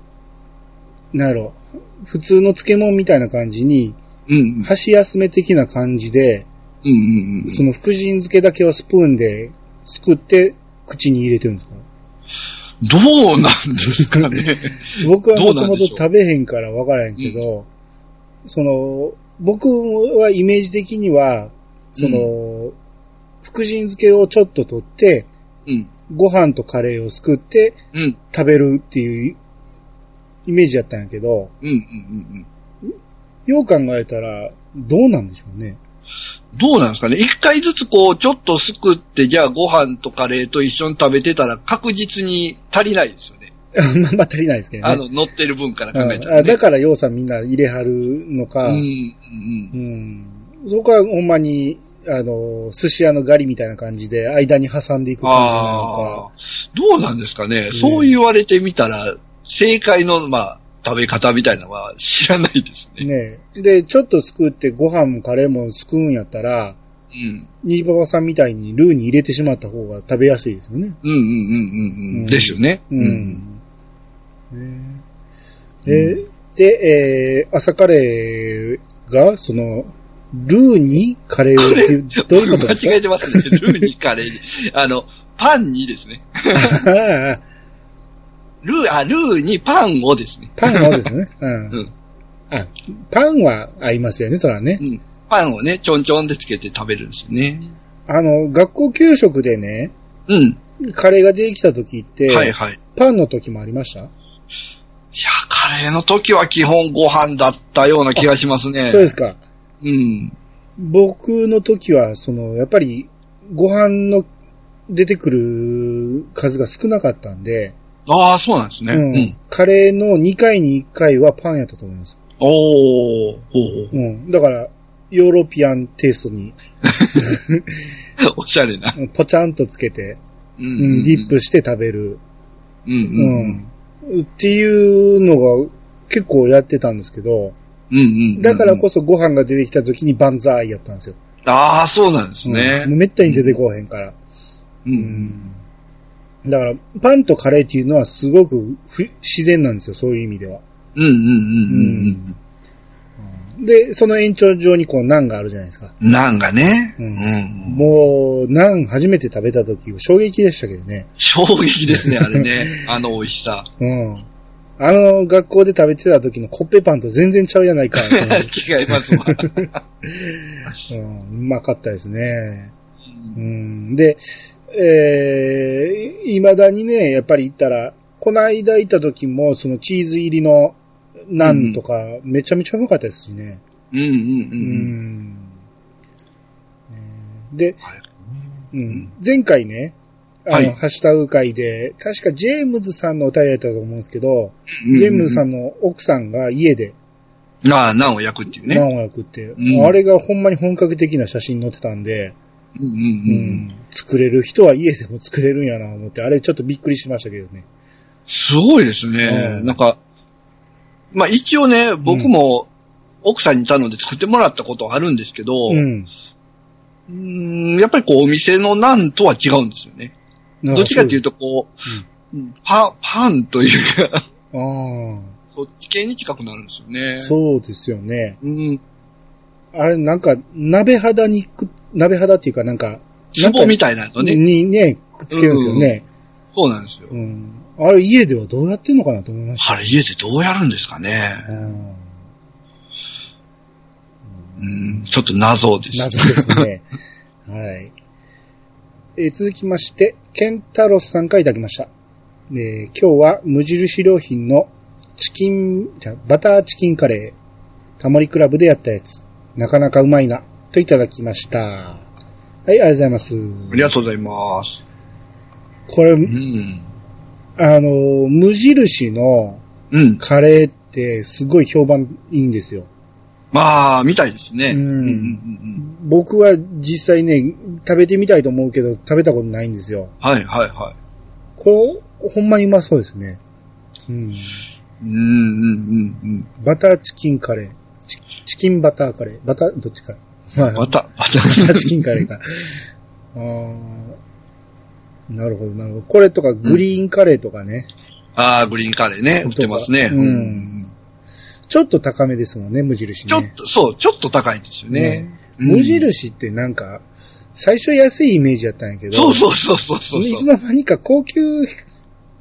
[SPEAKER 1] なんやろ。普通の漬物みたいな感じに、
[SPEAKER 2] うん、うん、
[SPEAKER 1] 箸休め的な感じで、
[SPEAKER 2] うん、うんうん。
[SPEAKER 1] その福神漬けだけをスプーンですくって口に入れてるんですか
[SPEAKER 2] どうなんですかね。
[SPEAKER 1] 僕は
[SPEAKER 2] ど
[SPEAKER 1] も
[SPEAKER 2] う
[SPEAKER 1] と
[SPEAKER 2] なん
[SPEAKER 1] も
[SPEAKER 2] でし
[SPEAKER 1] と
[SPEAKER 2] ょう
[SPEAKER 1] 食べへんから分からへんけど、その、僕はイメージ的には、その、福神漬けをちょっと取って、
[SPEAKER 2] うん、
[SPEAKER 1] ご飯とカレーをすくって
[SPEAKER 2] うん、
[SPEAKER 1] 食べるっていうイメージやったんやけど、
[SPEAKER 2] うん、うん、うん。
[SPEAKER 1] よう考えたらどうなんでしょうね。
[SPEAKER 2] どうなんですかね一回ずつこう、ちょっとすくって、じゃあご飯とカレーと一緒に食べてたら確実に足りないですよね。
[SPEAKER 1] まあまあ足りないですけどね。
[SPEAKER 2] あの、乗ってる分から考えた
[SPEAKER 1] うんあ
[SPEAKER 2] ら、ね。
[SPEAKER 1] だからようさんみんな入れはるのか、
[SPEAKER 2] うん、うん、う。
[SPEAKER 1] うんん。そこはほんまに、あの、寿司屋のガリみたいな感じで、間に挟んでいく感じな
[SPEAKER 2] あ
[SPEAKER 1] の
[SPEAKER 2] あ、どうなんですかね、そう言われてみたら、正解の、まあ、食べ方みたいなのは知らないです
[SPEAKER 1] か。
[SPEAKER 2] ね。
[SPEAKER 1] ねえで、ちょっとすくってご飯もカレーもすくうんやったら、
[SPEAKER 2] うん。
[SPEAKER 1] ニジパパさんみたいにルーに入れてしまった方が食べやすいですよね。
[SPEAKER 2] うんうんうんうんう。
[SPEAKER 1] うんん
[SPEAKER 2] ですよね。
[SPEAKER 1] う。ん。ねえーで、えー朝カレーが、その、ルーにカレーをっていう、どういうこと
[SPEAKER 2] 間
[SPEAKER 1] です
[SPEAKER 2] 違えてますね。ルーにカレーに。あの、パンにですね。
[SPEAKER 1] かああ
[SPEAKER 2] ルー、あ、ルーにパンをですね。
[SPEAKER 1] パンをですね。う。
[SPEAKER 2] うんん。
[SPEAKER 1] あ、パンは合いますよね、そらね
[SPEAKER 2] う。ん。パンをね、ちょんちょんでつけて食べるんですよね。
[SPEAKER 1] あの、学校給食でね、
[SPEAKER 2] うん。
[SPEAKER 1] カレーができた時って、
[SPEAKER 2] はいはい。い
[SPEAKER 1] パンの時もありました
[SPEAKER 2] や、カレーの時は基本ご飯だったような気がしますね。
[SPEAKER 1] そうですか。
[SPEAKER 2] うん。
[SPEAKER 1] 僕の時は、その、やっぱり、ご飯の出てくる数が少なかったんで、
[SPEAKER 2] ああ、そうなんですね。う。
[SPEAKER 1] うんん。カレーの2回に1回はパンやったと思います。
[SPEAKER 2] おー、ほう
[SPEAKER 1] う
[SPEAKER 2] ほ
[SPEAKER 1] ん。だから、ヨーロピアンテイストに、
[SPEAKER 2] う。おしゃれな。
[SPEAKER 1] うんポチャンとつけて、
[SPEAKER 2] う
[SPEAKER 1] うん、ディップして食べる、
[SPEAKER 2] うんう
[SPEAKER 1] うんん。っていうのが結構やってたんですけど、
[SPEAKER 2] うん。うんうん。
[SPEAKER 1] だからこそご飯が出てきた時にバンザーイやったんですよ。
[SPEAKER 2] ああ、そうなんです
[SPEAKER 1] うんも
[SPEAKER 2] ね。
[SPEAKER 1] うめったに出てこうへんから。
[SPEAKER 2] う。
[SPEAKER 1] うんん。だから、パンとカレーっていうのはすごく不自然なんですよ、そういう意味では。
[SPEAKER 2] うんうんうん
[SPEAKER 1] で、その延長上にこうナンがあるじゃないですか。
[SPEAKER 2] うん。なんかね。
[SPEAKER 1] うん
[SPEAKER 2] うん。
[SPEAKER 1] もう、ナン初めて食べた時、衝撃でしたけどね。
[SPEAKER 2] 衝撃ですね、あれね。 あの美味しさ。
[SPEAKER 1] うん。あの、学校で食べてた時のコッペパンと全然ちゃうやないか。
[SPEAKER 2] 違いますわ。
[SPEAKER 1] うん、うまかったですね。うん。で、えー、未だにね、やっぱり行ったら、この間行った時も、そのチーズ入りのナンとか、めちゃめちゃうまかったですしね。
[SPEAKER 2] うんうんう
[SPEAKER 1] うん
[SPEAKER 2] うん。
[SPEAKER 1] ん。えーで、
[SPEAKER 2] あれ
[SPEAKER 1] うん、前回ね、あ
[SPEAKER 2] はい
[SPEAKER 1] の、ハッシュタグ会で、確かジェームズさんのお便りだったと思うんですけど、
[SPEAKER 2] うん
[SPEAKER 1] ジェームズさんの奥さんが家で
[SPEAKER 2] ああ、ナンを焼くっていう
[SPEAKER 1] ナ
[SPEAKER 2] ね。
[SPEAKER 1] ンを焼くって、
[SPEAKER 2] うん
[SPEAKER 1] あれがほんまに本格的な写真載ってたんで、
[SPEAKER 2] うんう
[SPEAKER 1] うん
[SPEAKER 2] うん。
[SPEAKER 1] 作れる人は家でも作れるんやな思って、あれちょっとびっくりしましたけどね。
[SPEAKER 2] すごいですね。
[SPEAKER 1] うん
[SPEAKER 2] なんか、まあ一応ね、僕も奥さんにいたので作ってもらったことあるんですけど、
[SPEAKER 1] うん。
[SPEAKER 2] うんやっぱりこうお店のナンとは違うんですよね。どっちかっていう
[SPEAKER 1] と。
[SPEAKER 2] とこう、パ、パンというか、
[SPEAKER 1] あ
[SPEAKER 2] そっち系に近くなるんですよ
[SPEAKER 1] あ、
[SPEAKER 2] ね。
[SPEAKER 1] そうですよね。
[SPEAKER 2] うん。
[SPEAKER 1] あれなんか、鍋肌にく、鍋肌っていうかなんか、なんか
[SPEAKER 2] 壺みたいなのね。
[SPEAKER 1] にね、くっつけるんですよね。
[SPEAKER 2] そうなんですよ
[SPEAKER 1] う。ん。あれ家ではどうやってんのかなと思いました。
[SPEAKER 2] あれ家でどうやるんですかね。
[SPEAKER 1] うん
[SPEAKER 2] うん、ちょっと謎です。
[SPEAKER 1] 謎ですね。 はい。えー続きまして、ケンタロスさんからいただきました。えー今日は無印良品のチキン、じゃあバターチキンカレー、タモリクラブでやったやつ、なかなかうまいな、といただきました。はい、ありがとうございます。
[SPEAKER 2] ありがとうございます。
[SPEAKER 1] これ、
[SPEAKER 2] うん。
[SPEAKER 1] あのー無印の
[SPEAKER 2] うん。
[SPEAKER 1] カレーってすごい評判いいんですよ。
[SPEAKER 2] まあ、みたいですね。
[SPEAKER 1] うん
[SPEAKER 2] うんうん
[SPEAKER 1] 僕は実際ね、食べてみたいと思うけど、食べたことないんですよ。
[SPEAKER 2] はいはいはい。
[SPEAKER 1] こう、ほんまにうまそうですね。うん。
[SPEAKER 2] うんうんうん
[SPEAKER 1] バターチキンカレー。チチキンバターカレー。バター、どっちか。まあ、
[SPEAKER 2] うん。ま
[SPEAKER 1] バ
[SPEAKER 2] た、また。
[SPEAKER 1] ターチキンカレーか。あーなるほど、なるほど。これとか、グリーンカレーとかね。
[SPEAKER 2] ああ、グリーンカレーね。売ってますね。
[SPEAKER 1] うんちょっと高めですもんね、無印
[SPEAKER 2] ちょ
[SPEAKER 1] ね。
[SPEAKER 2] っと、そう、ちょっと高いんですよね。うん
[SPEAKER 1] 無印ってなんか、最初安いイメージやったんやけど。
[SPEAKER 2] そうそうそうそうそう
[SPEAKER 1] い
[SPEAKER 2] そ
[SPEAKER 1] つ
[SPEAKER 2] う。
[SPEAKER 1] の間にか高級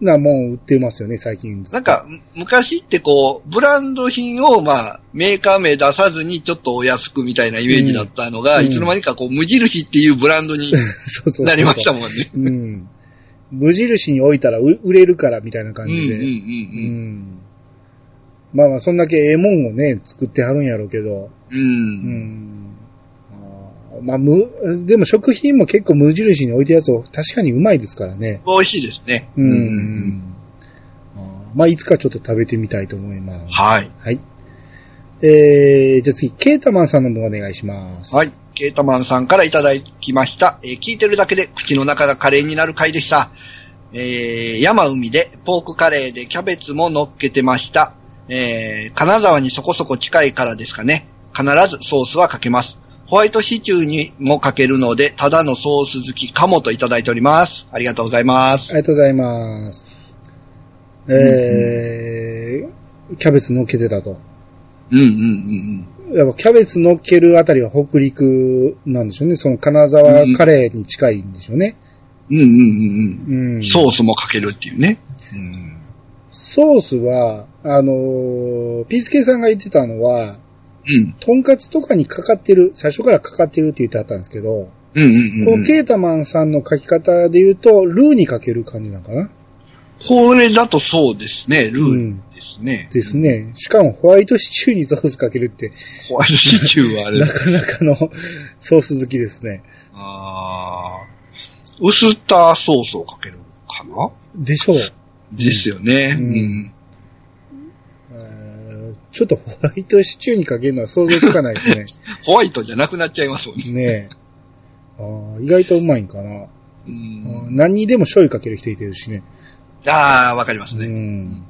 [SPEAKER 1] なもん売ってますよね、最近。
[SPEAKER 2] なんか、む昔ってこう、ブランド品を、まあ、メーカー名出さずに、ちょっとお安くみたいなイメージだったのが、
[SPEAKER 1] うん
[SPEAKER 2] いつの間にかこう、無印っていうブランドに
[SPEAKER 1] そうそうそう
[SPEAKER 2] なりましたもんね。
[SPEAKER 1] うん。無印に置いたら売売れるからみたいな
[SPEAKER 2] う
[SPEAKER 1] 感
[SPEAKER 2] んう
[SPEAKER 1] じ
[SPEAKER 2] ん
[SPEAKER 1] で。
[SPEAKER 2] うんうん。
[SPEAKER 1] うんまあまあ、そんだけええもんをね、作ってはるんやろうけど。
[SPEAKER 2] う。
[SPEAKER 1] うんん。あーまあ、む、でも食品も結構無印に置いてるやつを確かにうまいですからね。
[SPEAKER 2] 美味しいですね。
[SPEAKER 1] うん。
[SPEAKER 2] うん
[SPEAKER 1] あーまあ、いつかちょっと食べてみたいと思います。
[SPEAKER 2] はい。
[SPEAKER 1] はい。えー、じゃあ次、ケータマンさんのもお願いします。
[SPEAKER 2] はい。。ケータマンさんからいただきました。えー聞いてるだけで口の中がカレーになる回でした。えー、山海でポークカレーでキャベツも乗っけてました。えー、金沢にそこそこ近いからですかね。必ずソースはかけます。ホワイトシチューにもかけるので、ただのソース好きかもといただいております。ありがとうございます。
[SPEAKER 1] ありがとうございます。えー、キャベツ乗っけてたと。
[SPEAKER 2] うんうんうん
[SPEAKER 1] やっぱキャベツ乗っけるあたりは北陸なんでしょうね。その金沢カレーに近いんでしょうね。
[SPEAKER 2] うん。うんうんうん
[SPEAKER 1] うん。
[SPEAKER 2] うん。ソースもかけるっていうね。うん。
[SPEAKER 1] ソースは、あのーピースケさんが言ってたのは、
[SPEAKER 2] うん。
[SPEAKER 1] とんかつとかにかかってる、最初からかかってるって言ってあったんですけど、
[SPEAKER 2] うんうんうん
[SPEAKER 1] こ
[SPEAKER 2] う
[SPEAKER 1] の
[SPEAKER 2] ん。
[SPEAKER 1] ケータマンさんの書き方で言うと、ルーにかける感じなのかな
[SPEAKER 2] これだとそうですね。ルーですね。
[SPEAKER 1] ですね。しかもホワイトシチューにソースかけるって、
[SPEAKER 2] ホワイトシチューはあれ
[SPEAKER 1] なかなかのソース好きですね。
[SPEAKER 2] ああ。ウスターソースをかけるかな
[SPEAKER 1] でしょう。
[SPEAKER 2] ですよね。
[SPEAKER 1] う
[SPEAKER 2] うんん。
[SPEAKER 1] えーちょっとホワイトシチューにかけるのは想像つかないです ね。
[SPEAKER 2] ホワイトじゃなくなっちゃいますもんね。
[SPEAKER 1] ねえ。あー意外とうまいんかな。
[SPEAKER 2] う
[SPEAKER 1] うん
[SPEAKER 2] ん、
[SPEAKER 1] 何にでも醤油かける人いてるしね。
[SPEAKER 2] ああ、わかります
[SPEAKER 1] う
[SPEAKER 2] ね。
[SPEAKER 1] ん。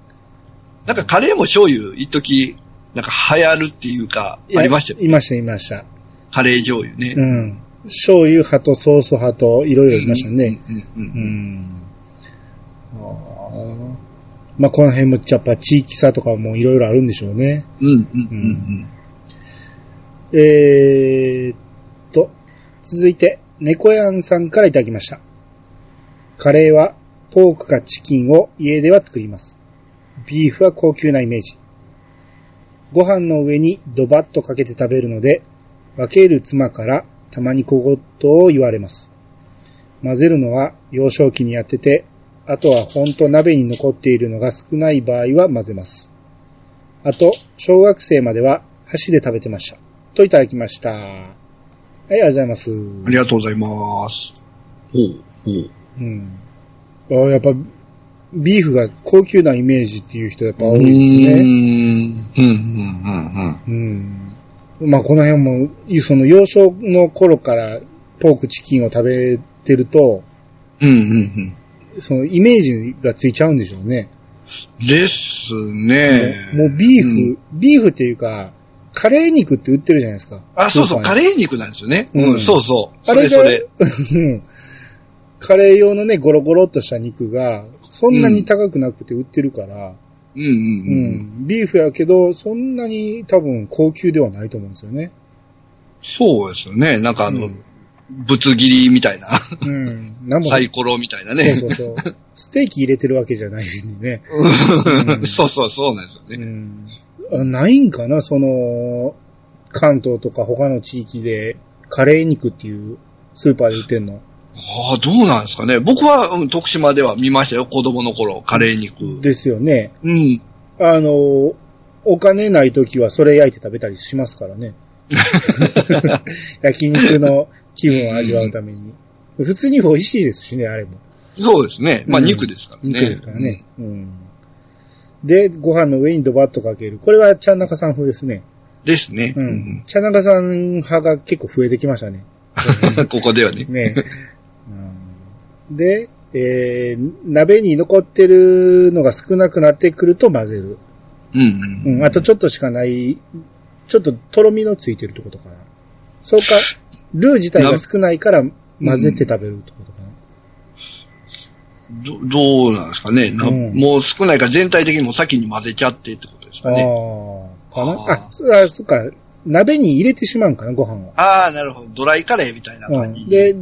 [SPEAKER 2] なんかカレーも醤油、一時なんか流行るっていうか、ありましたよ。
[SPEAKER 1] いました、いました。
[SPEAKER 2] カレー醤油ね。
[SPEAKER 1] うん。醤油派とソース派といろいろいましたね。
[SPEAKER 2] うんうん
[SPEAKER 1] う
[SPEAKER 2] うん
[SPEAKER 1] ん。あーまあ、この辺もやっぱ地域差とかもいろいろあるんでしょうね。
[SPEAKER 2] うんうんうん
[SPEAKER 1] えーっと、続いて、猫やんさんからいただきました。カレーは、ポークかチキンを家では作ります。ビーフは高級なイメージ。ご飯の上にドバッとかけて食べるので、分ける妻からたまに小言を言われます。混ぜるのは幼少期にやってて、あとはほんと鍋に残っているのが少ない場合は混ぜます。あと、小学生までは箸で食べてました。といただきました。はい、ありがとうございます。
[SPEAKER 2] うん。ありがとうございます。ほうほう。
[SPEAKER 1] うん。あやっぱ、ビーフが高級なイメージっていう人やっぱ多
[SPEAKER 2] うーん。
[SPEAKER 1] いですね。
[SPEAKER 2] うんうんうんうん。
[SPEAKER 1] うん。まあこの辺も、その幼少の頃からポークチキンを食べてると、
[SPEAKER 2] うんうん
[SPEAKER 1] そのイメージがついちゃうんでしょうね。
[SPEAKER 2] うん。ですね。
[SPEAKER 1] もうビーフ、
[SPEAKER 2] うん
[SPEAKER 1] ビーフっていうか、カレー肉って売ってるじゃないですか。
[SPEAKER 2] あ、そうそう、カ
[SPEAKER 1] レ
[SPEAKER 2] レー肉なんですよね。
[SPEAKER 1] うん
[SPEAKER 2] うん、そうそう。
[SPEAKER 1] あ
[SPEAKER 2] そ
[SPEAKER 1] れ
[SPEAKER 2] れ
[SPEAKER 1] が
[SPEAKER 2] それ。
[SPEAKER 1] ー。カレー用のね、ゴロゴロっとした肉が、そんなに高くなくて売ってるから、
[SPEAKER 2] うんう
[SPEAKER 1] う
[SPEAKER 2] んう
[SPEAKER 1] ん。
[SPEAKER 2] んうん。
[SPEAKER 1] ビーフやけど、そんなに多分高級ではないと思うんですよね。
[SPEAKER 2] そうですよね。なんかあ
[SPEAKER 1] う
[SPEAKER 2] の
[SPEAKER 1] ん、
[SPEAKER 2] ぶつ切りみたいな、
[SPEAKER 1] うん。なんも
[SPEAKER 2] サイコロみたいな
[SPEAKER 1] そう
[SPEAKER 2] ね。
[SPEAKER 1] そうそう。ステーキ入れてるわけじゃないんでね。うん
[SPEAKER 2] そうそうそうなんですよ
[SPEAKER 1] う
[SPEAKER 2] ね。
[SPEAKER 1] ん。あないんかなその、関東とか他の地域で、カレー肉っていうスーパーで売ってんの。
[SPEAKER 2] ああ、どうなんですかね。僕は、うん、徳島では見ましたよ。子供の頃、カレー肉。
[SPEAKER 1] ですよね。
[SPEAKER 2] うん。
[SPEAKER 1] あの、お金ない時はそれ焼いて食べたりしますからね。焼肉の気分を味わうために。普通に美味しいですしね、あれも。
[SPEAKER 2] そうですね。まあ、
[SPEAKER 1] うん
[SPEAKER 2] 肉ですからね。
[SPEAKER 1] 肉ですからね。うん。で、ご飯の上にドバッとかける。これはちゃん中さん風ですね。
[SPEAKER 2] うん。ですね。
[SPEAKER 1] う
[SPEAKER 2] うんん。。
[SPEAKER 1] 茶中さん派が結構増えてきました ね。
[SPEAKER 2] ここではね。
[SPEAKER 1] ね、うんで、えー、鍋に残ってるのが少なくなってくると混ぜる。
[SPEAKER 2] うんう。
[SPEAKER 1] うんん、あとちょっとしかない、ちょっととろみのついてるってことかな。そうか、ルー自体が少ないから混ぜて食べるってことかな。
[SPEAKER 2] どどうなんですかね。な
[SPEAKER 1] うん
[SPEAKER 2] もう少ないから全体的にもう先に混ぜちゃってってことですかね。
[SPEAKER 1] ああ、か
[SPEAKER 2] あ
[SPEAKER 1] な
[SPEAKER 2] ー
[SPEAKER 1] あ、そあ、そっか、鍋に入れてしまうんかな、ご飯を。
[SPEAKER 2] ああ、なるほど。ドライカレーみたいな感じ。
[SPEAKER 1] うんで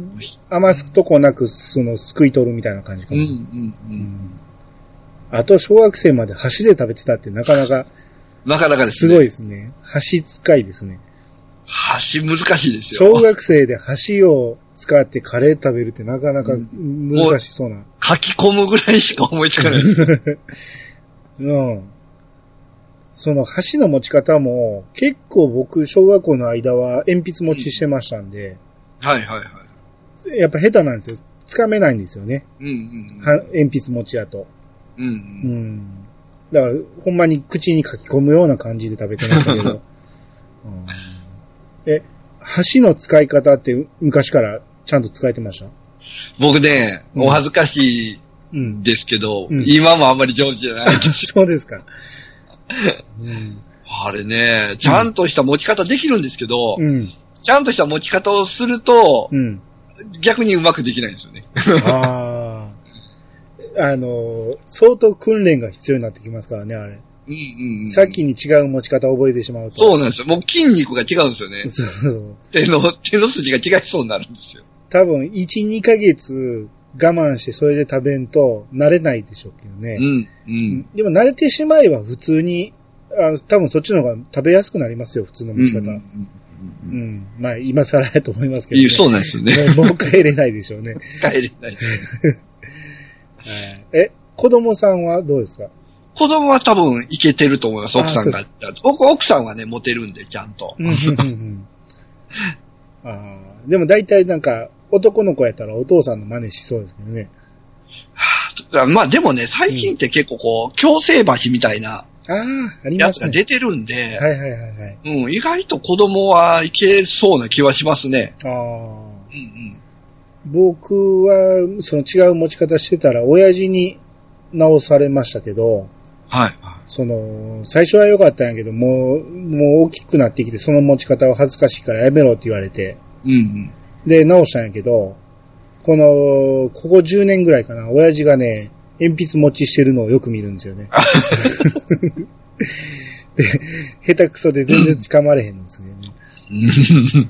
[SPEAKER 1] 余すとこなく、その、すくい取るみたいな感じか
[SPEAKER 2] うんう
[SPEAKER 1] な。
[SPEAKER 2] ん
[SPEAKER 1] う
[SPEAKER 2] う。
[SPEAKER 1] んんあと、小学生まで箸で食べてたってなかなか、
[SPEAKER 2] なかなかです
[SPEAKER 1] す
[SPEAKER 2] ね。
[SPEAKER 1] ごいですね。箸使いですね。
[SPEAKER 2] 箸難しいです
[SPEAKER 1] 小
[SPEAKER 2] よ。
[SPEAKER 1] 学生で箸を使ってカレー食べるってなかなか難しそうな。
[SPEAKER 2] 書き込むぐらいしか思いつ かないです。
[SPEAKER 1] うん。その箸の持ち方も、結構僕、小学校の間は鉛筆持ちしてましたんで、
[SPEAKER 2] はいはいはい。
[SPEAKER 1] やっぱ下手なんですよ。つかめないんですよね。
[SPEAKER 2] うんうんうん。
[SPEAKER 1] は鉛筆持ちやと。
[SPEAKER 2] うんう。
[SPEAKER 1] うんん。だから、ほんまに口に書き込むような感じで食べてましたけ ど。うんえ、箸の使い方って昔からちゃんと使えてました
[SPEAKER 2] 僕ね、
[SPEAKER 1] うん
[SPEAKER 2] お恥ずかしい
[SPEAKER 1] うん。
[SPEAKER 2] ですけど、
[SPEAKER 1] うん
[SPEAKER 2] 今もあんまり上手じゃない。
[SPEAKER 1] そうですか。うん
[SPEAKER 2] あれね、ちゃんとした持ち方できるんですけど、
[SPEAKER 1] うん。
[SPEAKER 2] ちゃんとした持ち方をすると、
[SPEAKER 1] うん。
[SPEAKER 2] 逆にうまくできないんですよね。
[SPEAKER 1] あ あ。あの、相当訓練が必要になってきますからね、あれ。
[SPEAKER 2] うんうんうん。
[SPEAKER 1] さっきに違う持ち方を覚えてしまうと。
[SPEAKER 2] そうなんですよ。もう筋肉が違うんですよね。
[SPEAKER 1] そうそう。
[SPEAKER 2] 手の、手の筋が違いそうになるんですよ。
[SPEAKER 1] 多分、1、2ヶ月我慢してそれで食べんと慣れないでしょうけど
[SPEAKER 2] う
[SPEAKER 1] ね。
[SPEAKER 2] ん、うん。
[SPEAKER 1] でも慣れてしまえば普通に、あの多分そっちの方が食べやすくなりますよ、普通の持ち方。
[SPEAKER 2] うん
[SPEAKER 1] う。
[SPEAKER 2] うんんうんうん
[SPEAKER 1] まあ、今更やと思いますけど、
[SPEAKER 2] い
[SPEAKER 1] ね。
[SPEAKER 2] やそうなんですよね。
[SPEAKER 1] もうもう帰れないでしょうね。
[SPEAKER 2] 帰れな
[SPEAKER 1] は
[SPEAKER 2] い。
[SPEAKER 1] いえ、子供さんはどうですか
[SPEAKER 2] 子供は多分いけてると思います、
[SPEAKER 1] あ
[SPEAKER 2] 奥さんが
[SPEAKER 1] そ。
[SPEAKER 2] 僕奥さんはね、モテるんで、ちゃんと。
[SPEAKER 1] うんうんうんうんあーでも大体なんか、男の子やったらお父さんの真似しそうですけどね。
[SPEAKER 2] まあでもね、最近って結構こう、強制橋みたいな
[SPEAKER 1] ああ、あり
[SPEAKER 2] や
[SPEAKER 1] ま
[SPEAKER 2] つ
[SPEAKER 1] す
[SPEAKER 2] が
[SPEAKER 1] ね。
[SPEAKER 2] 出てるんで、
[SPEAKER 1] はいはいはいはい。
[SPEAKER 2] うん、意外と子供はいけそうな気はしますね。
[SPEAKER 1] ああ。
[SPEAKER 2] うんうん。
[SPEAKER 1] 僕は、その違う持ち方してたら、親父に直されましたけど、
[SPEAKER 2] はい。
[SPEAKER 1] その、最初は良かったんやけど、もう、もう大きくなってきて、その持ち方は恥ずかしいからやめろって言われて、
[SPEAKER 2] うん
[SPEAKER 1] で、直したんやけど、この、ここ10年ぐらいかな、親父がね、鉛筆持ちしてるのをよく見るんですよね。 で、下手くそで全然掴まれへんんですよね。
[SPEAKER 2] うん。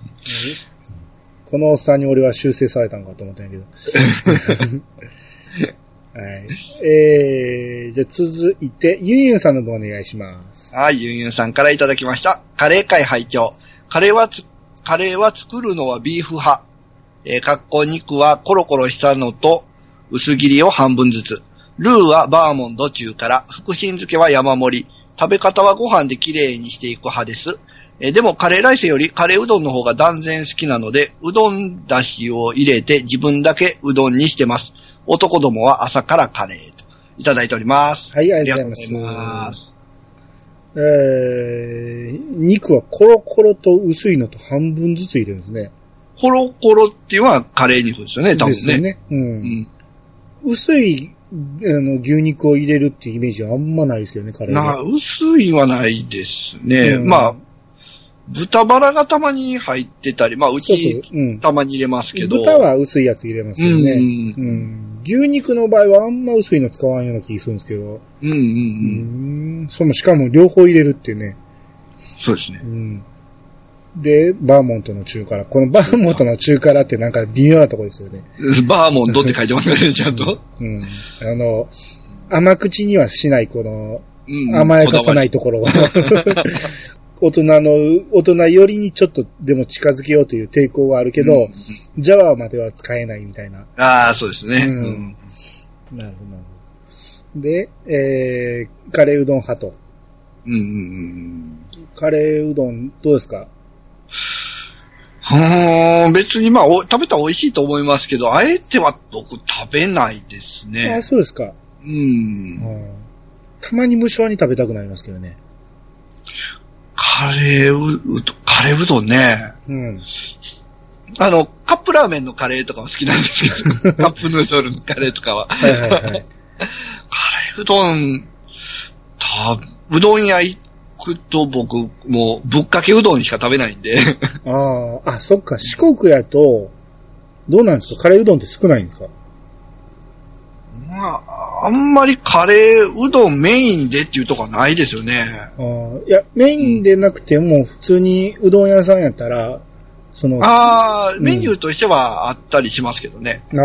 [SPEAKER 1] このおっさんに俺は修正されたのかと思ったんやけ ど。はい。えー、じゃあ続いて、ゆんゆんさんの方お願いします。
[SPEAKER 2] はい、ゆんゆんさんからいただきました。カレー会拝聴カレーはつ、カレーは作るのはビーフ派。えー、かっこ肉はコロコロしたのと薄切りを半分ずつ。ルーはバーモンド中から、福神漬けは山盛り。食べ方はご飯で綺麗にしていく派です。えー、でもカレーライスよりカレーうどんの方が断然好きなので、うどんだしを入れて自分だけうどんにしてます。男どもは朝からカレーと。いただいております。
[SPEAKER 1] はい、あ
[SPEAKER 2] あ
[SPEAKER 1] り
[SPEAKER 2] り
[SPEAKER 1] が
[SPEAKER 2] が
[SPEAKER 1] とう
[SPEAKER 2] と
[SPEAKER 1] ご
[SPEAKER 2] うご
[SPEAKER 1] ざ
[SPEAKER 2] ざ
[SPEAKER 1] い
[SPEAKER 2] い
[SPEAKER 1] ま。
[SPEAKER 2] ますす。
[SPEAKER 1] えー、肉はコロコロと薄いのと半分ずつ入れるんですね。
[SPEAKER 2] コロコロっていうのはカレー肉ですよね、多分
[SPEAKER 1] です
[SPEAKER 2] ね。
[SPEAKER 1] よね。うん。
[SPEAKER 2] うん、
[SPEAKER 1] 薄い、あの、牛肉を入れるっていうイメージはあんまないですけどね、カレー
[SPEAKER 2] な
[SPEAKER 1] は。
[SPEAKER 2] 薄いはないですね。
[SPEAKER 1] うん
[SPEAKER 2] まあ、豚バラがたまに入ってたり、まあ、う
[SPEAKER 1] そうそ
[SPEAKER 2] ち
[SPEAKER 1] う。うん。
[SPEAKER 2] たまに入れますけど。
[SPEAKER 1] 豚は薄いやつ入れます
[SPEAKER 2] う
[SPEAKER 1] け
[SPEAKER 2] ん、
[SPEAKER 1] ど
[SPEAKER 2] うん、
[SPEAKER 1] ね。うん。牛肉の場合はあんま薄いの使わんような気するんですけど。
[SPEAKER 2] うん、う
[SPEAKER 1] う
[SPEAKER 2] ん、うん。
[SPEAKER 1] ん。その、しかも両方入れるっていうね。
[SPEAKER 2] そうですね
[SPEAKER 1] う。ん。で、バーモントの中辛。このバーモントの中辛ってなんか微妙なとこですよね。
[SPEAKER 2] バーモンドって書いてますからね、ちゃんと。
[SPEAKER 1] うん。あの、甘口にはしない、この、
[SPEAKER 2] うん。
[SPEAKER 1] 甘やかさないいところは。 大人の、大人よりにちょっとでも近づけようという抵抗はあるけ
[SPEAKER 2] こだわ
[SPEAKER 1] ど
[SPEAKER 2] り、
[SPEAKER 1] ジャワーまでは使えないみたいな。
[SPEAKER 2] うんああ、そうですね。
[SPEAKER 1] うん
[SPEAKER 2] うん
[SPEAKER 1] なるほど、なるほど。で、えー、カレーうどん派と。
[SPEAKER 2] うん、うん、
[SPEAKER 1] カレーうどん、どうですか
[SPEAKER 2] うん。うーん、別にまあ、お食べたら美味しいと思いますけど、あえては僕食べないです
[SPEAKER 1] あ
[SPEAKER 2] ね
[SPEAKER 1] あ、。そうですか、
[SPEAKER 2] うん。
[SPEAKER 1] うんたまに無償に食べたくなりますけどね。
[SPEAKER 2] カレーう、うどんカレーうどんね。
[SPEAKER 1] うん。
[SPEAKER 2] あの、カップラーメンのカレーとかも好きなんですけど、カップヌードルのカレーとかは。カ
[SPEAKER 1] はいはい はい。
[SPEAKER 2] レーうどん、た、うどん屋行くと僕、もう、ぶっかけうどんしか食べないんで、
[SPEAKER 1] ああ、あ、そっか、四国やと、どうなんですかカレーうどんって少ないんですか
[SPEAKER 2] まあ、あんまりカレーうどんメインでっていうとこはないですよね。
[SPEAKER 1] あーいや、メインでなくても、普通にうどん屋さんやったら、その、あ
[SPEAKER 2] ああ、
[SPEAKER 1] うん
[SPEAKER 2] メニューとしてはあったりしますけどね。
[SPEAKER 1] あ、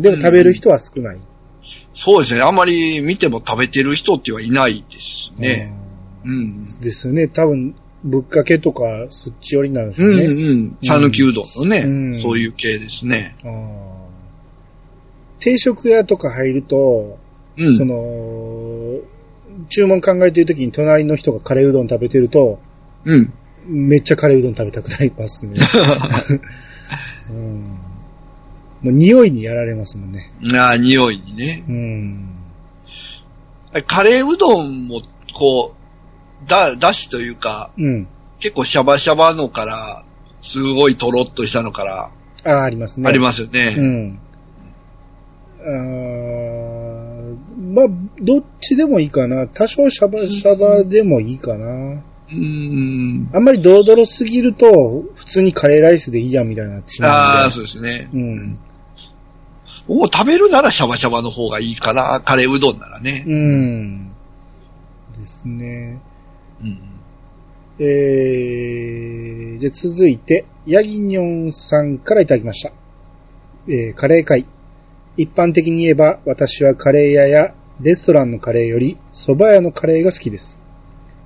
[SPEAKER 1] でも食べる人は少ない。
[SPEAKER 2] そうですね。あんまり見ても食べてる人っていうのはいないですね。うん。
[SPEAKER 1] うん。ですね。多分、ぶっかけとか、そっち寄りなんです
[SPEAKER 2] うん
[SPEAKER 1] よ
[SPEAKER 2] う
[SPEAKER 1] ね。
[SPEAKER 2] ん。讃岐うどんのね、
[SPEAKER 1] うん
[SPEAKER 2] そういう系ですね。
[SPEAKER 1] ああ定食屋とか入ると、
[SPEAKER 2] うん。
[SPEAKER 1] その、注文考えてる時に隣の人がカレーうどん食べてると、
[SPEAKER 2] うん。
[SPEAKER 1] めっちゃカレーうどん食べたくなりますね。 うん、もう匂いにやられますもんね。
[SPEAKER 2] ああ、匂いにね。
[SPEAKER 1] うん。
[SPEAKER 2] カレーうどんも、こう、だ、だしというか、
[SPEAKER 1] うん。
[SPEAKER 2] 結構シャバシャバのから、すごいとろっとしたのから、
[SPEAKER 1] ああ、ありますね。
[SPEAKER 2] ありますよ
[SPEAKER 1] う
[SPEAKER 2] ね。
[SPEAKER 1] ん。あーまあ、どっちでもいいかな。多少シャバシャバでもいいかな。
[SPEAKER 2] うーん。
[SPEAKER 1] あんまりドロドロすぎると、普通にカレーライスでいいやみたいになってしまう
[SPEAKER 2] ああ、
[SPEAKER 1] んで。
[SPEAKER 2] そうですね。
[SPEAKER 1] うん。
[SPEAKER 2] お食べるならシャバシャバの方がいいかな。カレーうどんならね。
[SPEAKER 1] うん。ですね。
[SPEAKER 2] うん。
[SPEAKER 1] えー、じゃあ続いて、ヤギニョンさんからいただきました。えー、カレー会。一般的に言えば、私はカレー屋やレストランのカレーより、蕎麦屋のカレーが好きです。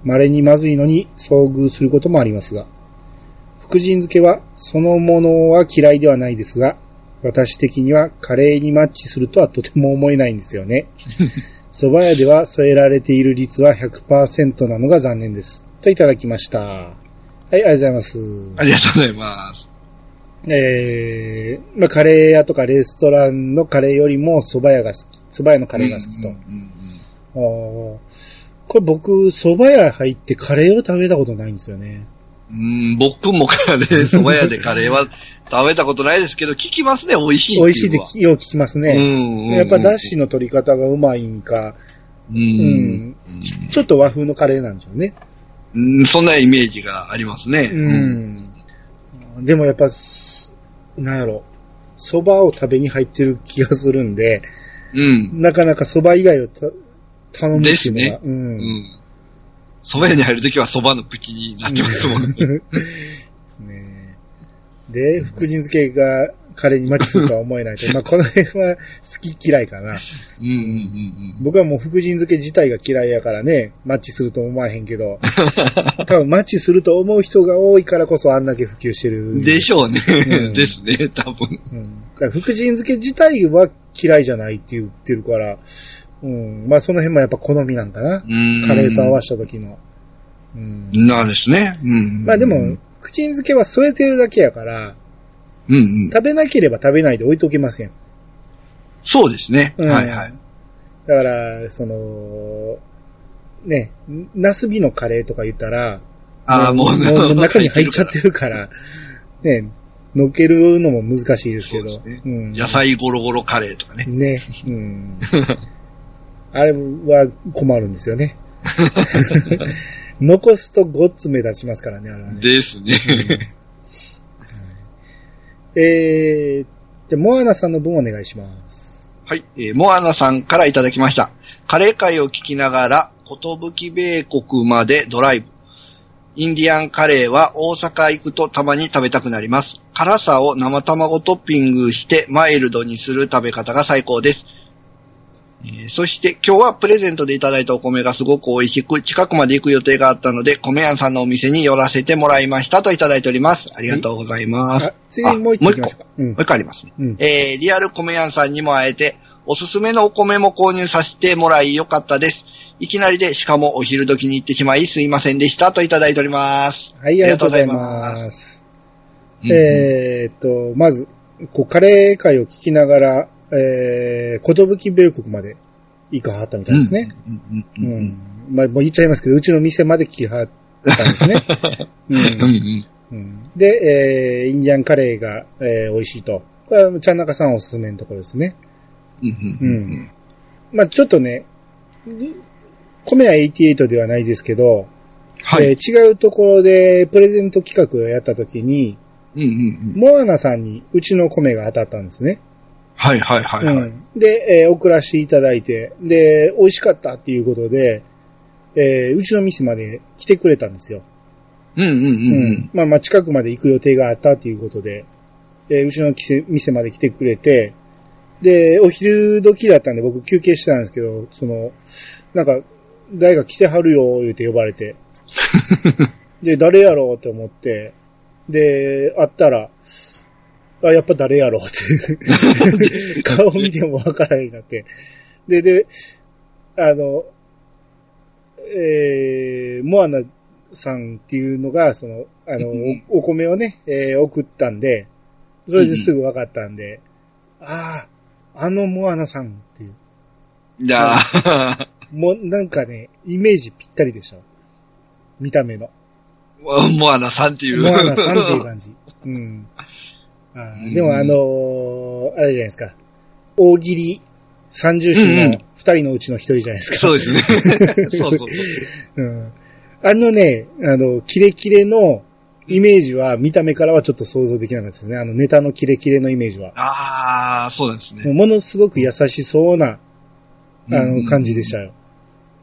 [SPEAKER 1] 稀にまずいのに遭遇することもありますが、福神漬けは、そのものは嫌いではないですが、私的にはカレーにマッチするとはとても思えないんですよね。蕎麦屋では添えられている率は100%なのが残念です。といただきました。はい、ありがとうございます。
[SPEAKER 2] ありがとうございます。
[SPEAKER 1] えー、まあ、カレー屋とかレストランのカレーよりも蕎麦屋が好き、蕎麦屋のカレーが好きと。
[SPEAKER 2] うんうんうん
[SPEAKER 1] おーこれ僕、蕎麦屋入ってカレーを食べたことないんですよね。
[SPEAKER 2] うん、僕もカ レー、蕎麦屋でカレーは食べたことないですけど、聞きますね、美味しい
[SPEAKER 1] 美味しいって
[SPEAKER 2] うのは
[SPEAKER 1] きよう聞きます
[SPEAKER 2] うん
[SPEAKER 1] ね。
[SPEAKER 2] うんうん
[SPEAKER 1] やっぱダッシュの取り方がうまいんか、
[SPEAKER 2] う
[SPEAKER 1] うん
[SPEAKER 2] ん。
[SPEAKER 1] ちょっと和風のカレーなんでしょうね。
[SPEAKER 2] うんそんなイメージがありますね。
[SPEAKER 1] うん。でもやっぱす、なんやろ、蕎麦を食べに入ってる気がするんで、
[SPEAKER 2] うん。
[SPEAKER 1] なかなか蕎麦以外をた頼むっていうのが、
[SPEAKER 2] う
[SPEAKER 1] うん。
[SPEAKER 2] ん。蕎麦屋に入るときは蕎麦の口になってますもんね。
[SPEAKER 1] ですね。で、福神漬けが彼にマッチするとは思えないと。まあ、この辺は好き嫌いかな。
[SPEAKER 2] うんうんうん
[SPEAKER 1] 僕はもう福神漬け自体が嫌いやからね、マッチすると思わへんけ ど、多分マッチすると思う人が多いからこそあんだけ普及して
[SPEAKER 2] う
[SPEAKER 1] る。
[SPEAKER 2] ん。でしょうね。
[SPEAKER 1] ん
[SPEAKER 2] ですね、多分。
[SPEAKER 1] うん。だから福神漬け自体は嫌いじゃないって言ってるから、うん。まあその辺もやっぱ好みなんかな。
[SPEAKER 2] うん
[SPEAKER 1] カレーと合わせた時の。うん。
[SPEAKER 2] なんですね。うん。
[SPEAKER 1] まあで
[SPEAKER 2] う
[SPEAKER 1] も
[SPEAKER 2] ん、
[SPEAKER 1] 福神漬けは添えてるだけやから、
[SPEAKER 2] うん。
[SPEAKER 1] 食べなければ食べないで置いとけません。
[SPEAKER 2] そうですね。
[SPEAKER 1] うん
[SPEAKER 2] はいはい。
[SPEAKER 1] だから、その、ね、ナスビのカレーとか言ったら、
[SPEAKER 2] ああ、もう、
[SPEAKER 1] もう中に入っちゃってるから、ね、のっけるのも難しいですけど。
[SPEAKER 2] そうです
[SPEAKER 1] うん
[SPEAKER 2] 野菜ゴロゴロカレーとかね。
[SPEAKER 1] ね。うん。あれは困るんですよ ね。残すとごっつ目立ちますからね、あれはね。
[SPEAKER 2] ですね。
[SPEAKER 1] えー、じゃあモアナさんの分お願いします。
[SPEAKER 2] はい、えーモアナさんからいただきました。カレー会を聞きながら、ことぶき米国までドライブ。インディアンカレーは大阪行くとたまに食べたくなります。辛さを生卵トッピングしてマイルドにする食べ方が最高です。えーそして今日はプレゼントでいただいたお米がすごく美味しく、近くまで行く予定があったので、米屋さんのお店に寄らせてもらいましたといただいております。ありがとうございます。
[SPEAKER 1] あ、ついでにもう一個行きましょうか。うん
[SPEAKER 2] もう。一個ありますね。
[SPEAKER 1] うん
[SPEAKER 2] えー、リアル米屋さんにも会えて、おすすめのお米も購入させてもらいよかったです。いきなりで、しかもお昼時に行ってしまい、すいませんでしたといただいております。
[SPEAKER 1] はい、ありがとうござい
[SPEAKER 2] ありがとうござい
[SPEAKER 1] ます。えーっと、まず、こう、カレー会を聞きながら、えー、ことぶき米国まで行かはったみたいですね。
[SPEAKER 2] うん
[SPEAKER 1] う。
[SPEAKER 2] うんんうん
[SPEAKER 1] まあ、もう言っちゃいますけど、うちの店まで来はったんですね。
[SPEAKER 2] うんうんうん
[SPEAKER 1] うんで、えーインディアンカレーが、えー美味しいと。これは、ちゃんなかさんおすすめのところですね。
[SPEAKER 2] うん
[SPEAKER 1] う
[SPEAKER 2] うん
[SPEAKER 1] ん。まあちょっとね、米は88ではないですけど、
[SPEAKER 2] は
[SPEAKER 1] え
[SPEAKER 2] い。
[SPEAKER 1] ー違うところでプレゼント企画をやったときに、
[SPEAKER 2] うんうんうん
[SPEAKER 1] モアナさんにうちの米が当たったんですね。
[SPEAKER 2] はいはいはいは
[SPEAKER 1] う
[SPEAKER 2] い。
[SPEAKER 1] ん、で、えー送らせていただいて、で、美味しかったっていうことで、えーうちの店まで来てくれたんですよ。
[SPEAKER 2] うんうんうんうん。
[SPEAKER 1] まあまあ近くまで行く予定があったということで、えーうちの店店まで来てくれて、で、お昼時だったんで僕休憩してたんですけど、その、なんか、誰か来てはるよ、言うて呼ばれ て。で、誰やろうと思って、で、会ったら、あ、やっぱ誰やろう って。顔見てもわからへんなって。で、で、あの、えー、モアナさんっていうのが、その、あの、
[SPEAKER 2] うん
[SPEAKER 1] おお米をね、えー送ったんで、それですぐ分かったんで、ああ、あのモアナさんっていう。
[SPEAKER 2] じゃあ、
[SPEAKER 1] もうなんかね、イメージぴったりでした。見た目の。
[SPEAKER 2] モアナさんっていう。
[SPEAKER 1] モアナさんって いう感じ。うん。あー
[SPEAKER 2] うん
[SPEAKER 1] でもあのーあれじゃないですか。大喜利三重
[SPEAKER 2] うんう
[SPEAKER 1] 師
[SPEAKER 2] ん
[SPEAKER 1] の二人のうちの一人じゃないですか。
[SPEAKER 2] そうですね。そうそうそう。
[SPEAKER 1] うん。あのね、あの、キレキレのイメージは見た目からはちょっと想像できなかったですね。あのネタのキレキレのイメージは。
[SPEAKER 2] ああ、そうなんです
[SPEAKER 1] も
[SPEAKER 2] ね。
[SPEAKER 1] うものすごく優しそうな、あ
[SPEAKER 2] う
[SPEAKER 1] の
[SPEAKER 2] ん
[SPEAKER 1] 感じでしたよ。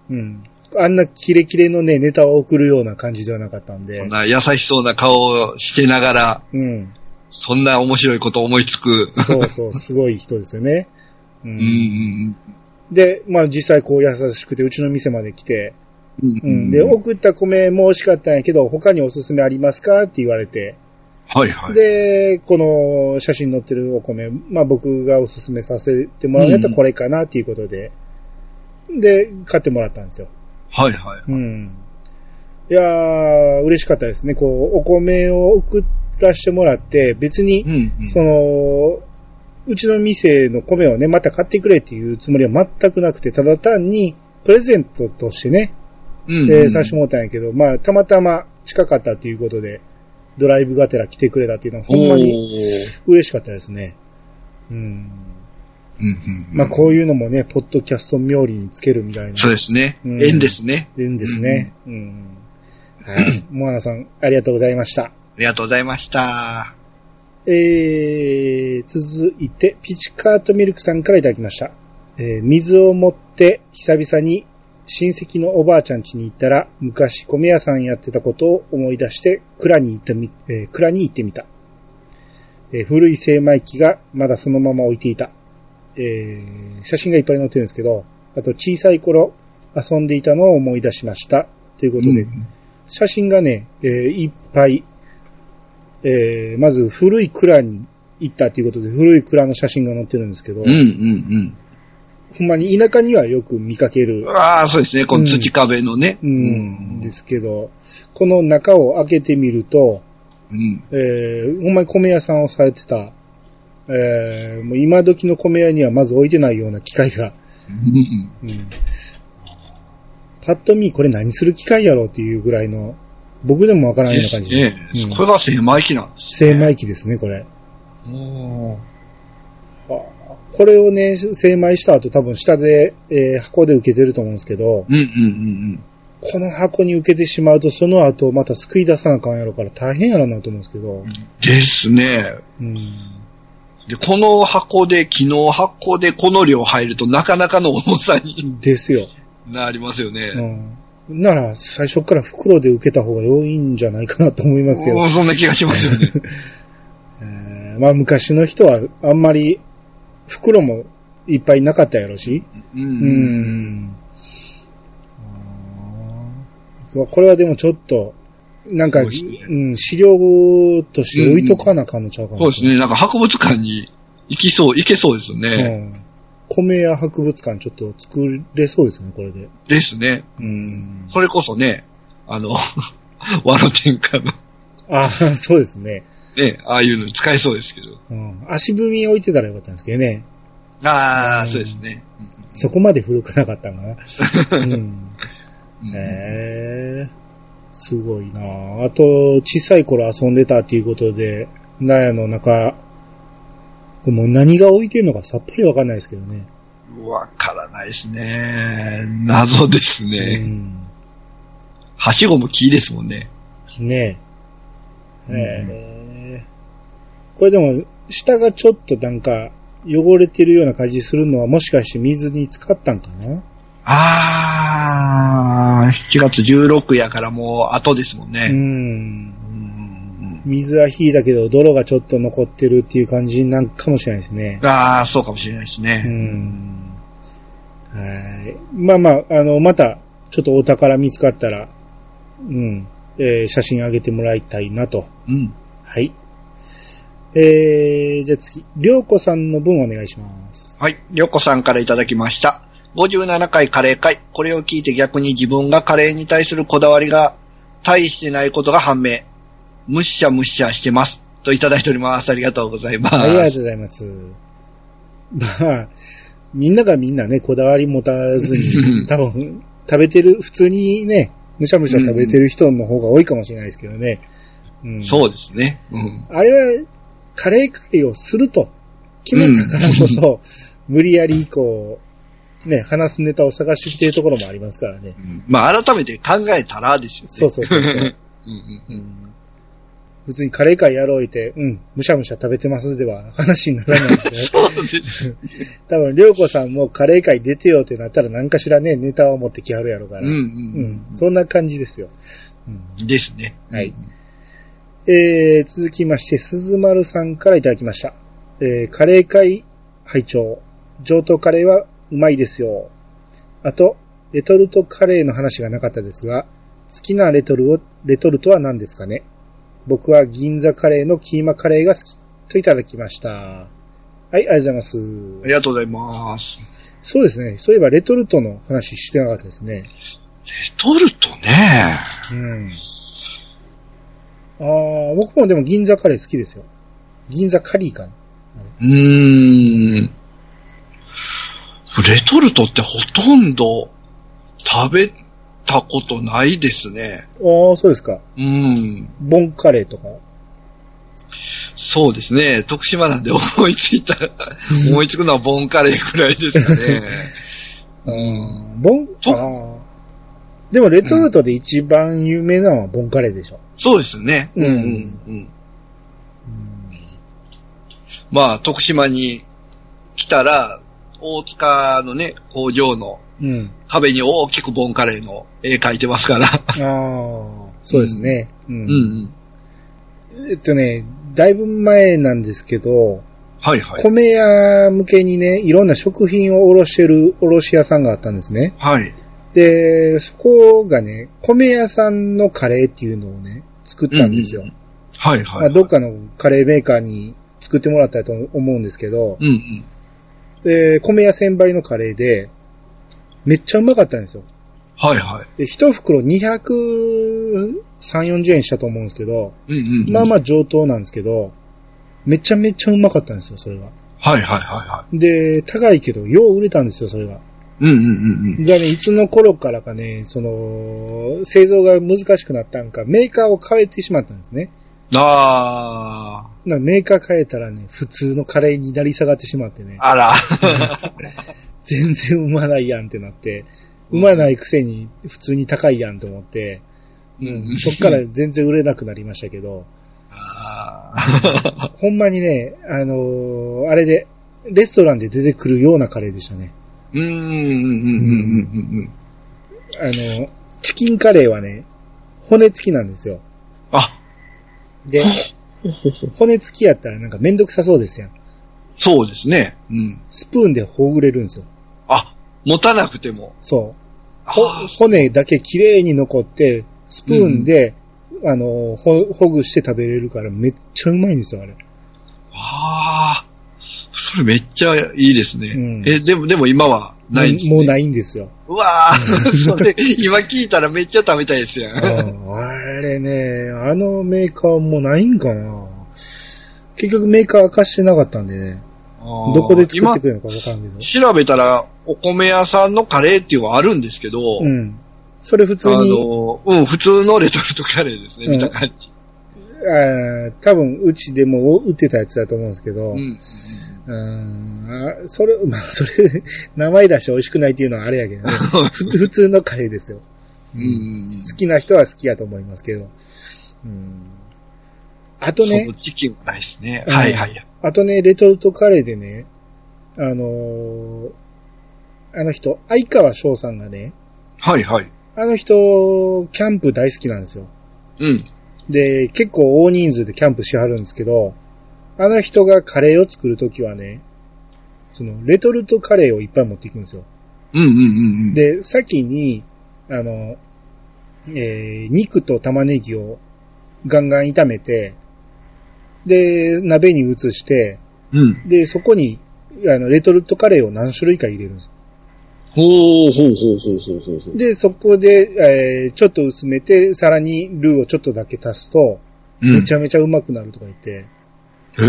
[SPEAKER 1] うん。あんなキレキレのね、ネタを送るような感じではなかったん
[SPEAKER 2] そ
[SPEAKER 1] で
[SPEAKER 2] ん。な優しそうな顔をしてながら、
[SPEAKER 1] うん。
[SPEAKER 2] そんな面白いこと思いつく。
[SPEAKER 1] そうそう、すごい人ですよね。う。
[SPEAKER 2] うんうん
[SPEAKER 1] で、まあ実際こう優しくて、うちの店まで来て、
[SPEAKER 2] んうん。
[SPEAKER 1] う。
[SPEAKER 2] うんん
[SPEAKER 1] で、送った米も美味しかったんやけど、他におすすめありますかって言われて、
[SPEAKER 2] はいはい。
[SPEAKER 1] で、この写真載ってるお米、まあ僕がおすすめさせてもらうんやったらこれかなっていうことで、で、買ってもらったんですよ。
[SPEAKER 2] はいはい。
[SPEAKER 1] うん。いやー、嬉しかったですね。こう、お米を送らせてもらって、別
[SPEAKER 2] う
[SPEAKER 1] に、
[SPEAKER 2] んうん。
[SPEAKER 1] その、うちの店の米をね、また買ってくれっていうつもりは全くなくて、ただ単に、プレゼントとしてね、
[SPEAKER 2] うんうん
[SPEAKER 1] で、さしてもらったんやけど、まあ、たまたま近かったということで、ドライブがてら来てくれたっていうのは、ほんまに嬉しかったですね。うん。
[SPEAKER 2] おーうんうん。
[SPEAKER 1] まあ、こういうのもね、ポッドキャスト冥利につけるみたいな
[SPEAKER 2] そう、ですね。
[SPEAKER 1] うん
[SPEAKER 2] 縁ですね。
[SPEAKER 1] 言うんですね。うん。はい。モアナさん、ありがとうございました。
[SPEAKER 2] ありがとうございました。
[SPEAKER 1] えー、続いて、ピチカートミルクさんからいただきました。えー、水を持って久々に親戚のおばあちゃん家に行ったら、昔米屋さんやってたことを思い出して、蔵に行ってみ、えー蔵に行ってみた。えー古い精米機がまだそのまま置いていた。えー、写真がいっぱい載ってるんですけど、あと小さい頃遊んでいたのを思い出しました。ということで、
[SPEAKER 2] うん
[SPEAKER 1] 写真がね、えーいっぱい、えーまず古い蔵に行ったということで、古い蔵の写真が載ってるんですけど、
[SPEAKER 2] うんうん
[SPEAKER 1] ほんまに田舎にはよく見かける
[SPEAKER 2] うん。、ああ、そうですね。この土壁のね。
[SPEAKER 1] うん、ですけど、この中を開けてみると、
[SPEAKER 2] うん。
[SPEAKER 1] えーほんまに米屋さんをされてた、えーもう今時の米屋にはまず置いてないような機械が、
[SPEAKER 2] うん
[SPEAKER 1] うんパッと見これ何する機械やろうっていうぐらいの、僕でもわからんよう
[SPEAKER 2] で
[SPEAKER 1] な
[SPEAKER 2] す
[SPEAKER 1] 感じ。
[SPEAKER 2] ね
[SPEAKER 1] うん。
[SPEAKER 2] これが精米機なんです。
[SPEAKER 1] 精米機ですね、これ。
[SPEAKER 2] お
[SPEAKER 1] これをね、精米した後多分下で、えー箱で受けてると思うんですけど、
[SPEAKER 2] うんうんうん
[SPEAKER 1] この箱に受けてしまうとその後また救い出さなあかんやろから大変やろなと思うんですけど
[SPEAKER 2] うん。、ですね。
[SPEAKER 1] うん。
[SPEAKER 2] で、この箱で、昨日箱でこの量入るとなかなかの重さに
[SPEAKER 1] ですよ。
[SPEAKER 2] なりますよね。
[SPEAKER 1] うん。なら、最初から袋で受けた方が良いんじゃないかなと思いますけど、
[SPEAKER 2] うんそんな気がしますよ ね。
[SPEAKER 1] えーまあ昔の人はあんまり袋もいっぱいなかったやろし、
[SPEAKER 2] う
[SPEAKER 1] う。ん。うわこれはでもちょっと、なんか、
[SPEAKER 2] そうですね
[SPEAKER 1] うん、資料として置いとかなあかんのちゃうかな、
[SPEAKER 2] そうですね。なんか博物館に行きそう、行けそうですよね。
[SPEAKER 1] うん。米屋博物館ちょっと作れそうですね、これで。
[SPEAKER 2] ですね。
[SPEAKER 1] うん。
[SPEAKER 2] それこそね、あの、 和の天下の
[SPEAKER 1] あ そうですね。
[SPEAKER 2] ね、ああいうの使えそうですけど。
[SPEAKER 1] うん。足踏み置いてたらよかったんですけどね。
[SPEAKER 2] ああ、
[SPEAKER 1] うん
[SPEAKER 2] そうですね。うん
[SPEAKER 1] そこまで古くなかったんか な。うん。
[SPEAKER 2] うん
[SPEAKER 1] へえ。すごいなああと、小さい頃遊んでたっていうことで、納屋の中、もう何が置いてんのかさっぱりわかんないですけどね。
[SPEAKER 2] わからないですね。謎です
[SPEAKER 1] う
[SPEAKER 2] ね。
[SPEAKER 1] ん。
[SPEAKER 2] はしごも木ですもんね。
[SPEAKER 1] ねえ。
[SPEAKER 2] うん
[SPEAKER 1] へえ。これでも、下がちょっとなんか、汚れてるような感じするのはもしかして水に浸かったんかな
[SPEAKER 2] ああ、7月16やからもう後ですもん
[SPEAKER 1] う
[SPEAKER 2] ね。
[SPEAKER 1] ん。
[SPEAKER 2] うん
[SPEAKER 1] 水は引いたけど、泥がちょっと残ってるっていう感じなんかもしれないですね。
[SPEAKER 2] ああ、そうかもしれないです
[SPEAKER 1] う
[SPEAKER 2] ね。
[SPEAKER 1] んはい。まあまあ、あの、また、ちょっとお宝見つかったら、うん、えー写真あげてもらいたいなと。
[SPEAKER 2] うん。
[SPEAKER 1] はい。えー、じゃあ次、りょうこさんの分お願いします。
[SPEAKER 2] はい。りょこさんからいただきました。57回カレー会。これを聞いて逆に自分がカレーに対するこだわりが大してないことが判明。むっしゃむっしゃしてます。といただいております。ありがとうございます。
[SPEAKER 1] ありがとうございます。まあ、みんながみんなね、こだわり持たず
[SPEAKER 2] う
[SPEAKER 1] に、
[SPEAKER 2] ん
[SPEAKER 1] 多分、食べてる、普通にね、むしゃむしゃ食べてる人の方が多いかもしれないですけどね。うん
[SPEAKER 2] そうですね。うん。
[SPEAKER 1] あれは、カレー会をすると決めたからこそ、無理やりこう、ね、話すネタを探してきているところもありますからね。
[SPEAKER 2] うんまあ、改めて考えたらですよね。
[SPEAKER 1] そうそうそう そう。
[SPEAKER 2] うんうん
[SPEAKER 1] うん普通にカレー会やろういて、うん、むしゃむしゃ食べてますでは話にならないんで、
[SPEAKER 2] そうです
[SPEAKER 1] 多分、りょうこさんもカレー会出てよってなったらなんかしらね、ネタを持ってきはるやろうか
[SPEAKER 2] う
[SPEAKER 1] ら。
[SPEAKER 2] ん
[SPEAKER 1] う
[SPEAKER 2] うん
[SPEAKER 1] ん。そんな感じですよ。うん
[SPEAKER 2] うん。ですね。
[SPEAKER 1] はい。えー、続きまして、鈴丸さんからいただきました。えー、カレー会拝聴上等カレーはうまいですよ。あと、レトルトカレーの話がなかったですが、好きなレトルを、レトルトは何ですかね僕は銀座カレーのキーマカレーが好きといただきました。はい、ありがとうございます。
[SPEAKER 2] ありがとうございます。
[SPEAKER 1] そうですね。そういえばレトルトの話してなかったですね。
[SPEAKER 2] レトルトね。
[SPEAKER 1] うん。あー僕もでも銀座カレー好きですよ。銀座カリーかな。
[SPEAKER 2] うーん。レトルトってほとんど食べたことないですね。
[SPEAKER 1] ああ、そうですか。
[SPEAKER 2] うん。
[SPEAKER 1] ボンカレーとか。
[SPEAKER 2] そうですね。徳島なんで思いつ いた、思いつくのはボンカレーくらいですかね。 うん。
[SPEAKER 1] ボン、あ
[SPEAKER 2] と
[SPEAKER 1] あ。でもレトルトで一番有名なのはボンカレーでしょ。
[SPEAKER 2] そうですね。
[SPEAKER 1] うん
[SPEAKER 2] うんうん。まあ、徳島に来たら、大塚のね、工場の
[SPEAKER 1] うん。
[SPEAKER 2] 壁に大きくボンカレーの絵描いてますから。
[SPEAKER 1] ああ、そうですね。う
[SPEAKER 2] うんんうん。
[SPEAKER 1] えっとね、だいぶ前なんですけど、
[SPEAKER 2] はいはい。
[SPEAKER 1] 米屋向けにね、いろんな食品を卸してる卸屋さんがあったんですね。
[SPEAKER 2] はい。
[SPEAKER 1] で、そこがね、米屋さんのカレーっていうのをね、作ったんですよ。
[SPEAKER 2] うんはい
[SPEAKER 1] ま
[SPEAKER 2] は
[SPEAKER 1] あ、
[SPEAKER 2] い。
[SPEAKER 1] どっかのカレーメーカーに作ってもらったと思うんですけど、
[SPEAKER 2] うんうん。
[SPEAKER 1] で、米屋千倍のカレーで、めっちゃうまかったんですよ。
[SPEAKER 2] はいは
[SPEAKER 1] で、一袋230、40円したと思うんですけど、
[SPEAKER 2] い。うんうんうん。
[SPEAKER 1] まあまあ上等なんですけど、めちゃめちゃうまかったんですよ、それは。
[SPEAKER 2] はいはいはいは
[SPEAKER 1] で、高いけど、よう売れたんですよ、それが。
[SPEAKER 2] い。うんうんうん
[SPEAKER 1] がね、いつの頃からかね、その、製造が難しくなったんか、メーカーを変えてしまったんですね。
[SPEAKER 2] うん。あ
[SPEAKER 1] なんかメーカー変えたらね、普通のカレーになり下がってしまってね
[SPEAKER 2] ー。、あら。
[SPEAKER 1] 全然うまないやんってなって、うまないくせに普通に高いやんと思って、
[SPEAKER 2] うん
[SPEAKER 1] そっから全然売れなくなりましたけど、
[SPEAKER 2] あー
[SPEAKER 1] ほんまにね、あのーあれで、レストランで出てくるようなカレーでしたね。
[SPEAKER 2] うんうんうんうんうんうんうん。
[SPEAKER 1] あのーチキンカレーはね、骨付きなんですよ。
[SPEAKER 2] あ、
[SPEAKER 1] で、骨付きやったらなんかめんどくさそうですやん。
[SPEAKER 2] そうですね。うん。
[SPEAKER 1] スプーンでほぐれるんですよ。
[SPEAKER 2] あ、持たなくても。
[SPEAKER 1] そう。ほ
[SPEAKER 2] あー
[SPEAKER 1] 骨だけ綺麗に残って、スプーンで、あのーほ、ほぐして食べれるからめっちゃうまいんですよ、あれ。
[SPEAKER 2] あー。それめっちゃいいですね。
[SPEAKER 1] うん
[SPEAKER 2] え、でも、でも今はないんです、ね。
[SPEAKER 1] もうないんですよ。
[SPEAKER 2] うわ ーそれ、今聞いたらめっちゃ食べたいですやん。
[SPEAKER 1] うんあれね、あのメーカーもうないんかな結局メーカー明かしてなかったんでね。ど
[SPEAKER 2] ど
[SPEAKER 1] こで作ってくれるのかわかんないけど。
[SPEAKER 2] 調べたら、お米屋さんのカレーっていうのはあるんですけど、
[SPEAKER 1] うん。それ普通
[SPEAKER 2] あ
[SPEAKER 1] に、
[SPEAKER 2] の、うん、普通のレトルトカレーですね、
[SPEAKER 1] うん
[SPEAKER 2] 見た感じ。
[SPEAKER 1] あー多分うちでも売ってたやつだと思うんですけど、う
[SPEAKER 2] う。
[SPEAKER 1] ん。
[SPEAKER 2] うんん
[SPEAKER 1] あそれ、 まあ、それ、名前出して美味しくないっていうのはあれやけ どね。ふ普通のカレーですよ。
[SPEAKER 2] うんうん。
[SPEAKER 1] 好きな人は好きやと思いますけど。うん。あとね
[SPEAKER 2] その、チキンはないですね。
[SPEAKER 1] うん
[SPEAKER 2] はいはい。
[SPEAKER 1] あとね、レトルトカレーでね、あのーあの人、相川翔さんがね、
[SPEAKER 2] はいはい。
[SPEAKER 1] あの人、キャンプ大好きなんですよ。
[SPEAKER 2] うん。
[SPEAKER 1] で、結構大人数でキャンプしはるんですけど、あの人がカレーを作るときはね、その、レトルトカレーをいっぱい持っていくんですよ。
[SPEAKER 2] うんうんうんうん。
[SPEAKER 1] で、先に、あの、えー肉と玉ねぎをガンガン炒めて、で、鍋に移して、
[SPEAKER 2] うん。
[SPEAKER 1] で、そこに、あの、レトルトカレーを何種類か入れるんです。
[SPEAKER 2] ほうほうほうほうほうほうほう。
[SPEAKER 1] で、そこで、えーちょっと薄めて、さらにルーをちょっとだけ足すと、
[SPEAKER 2] うん
[SPEAKER 1] めちゃめちゃうまくなるとか言って、
[SPEAKER 2] へ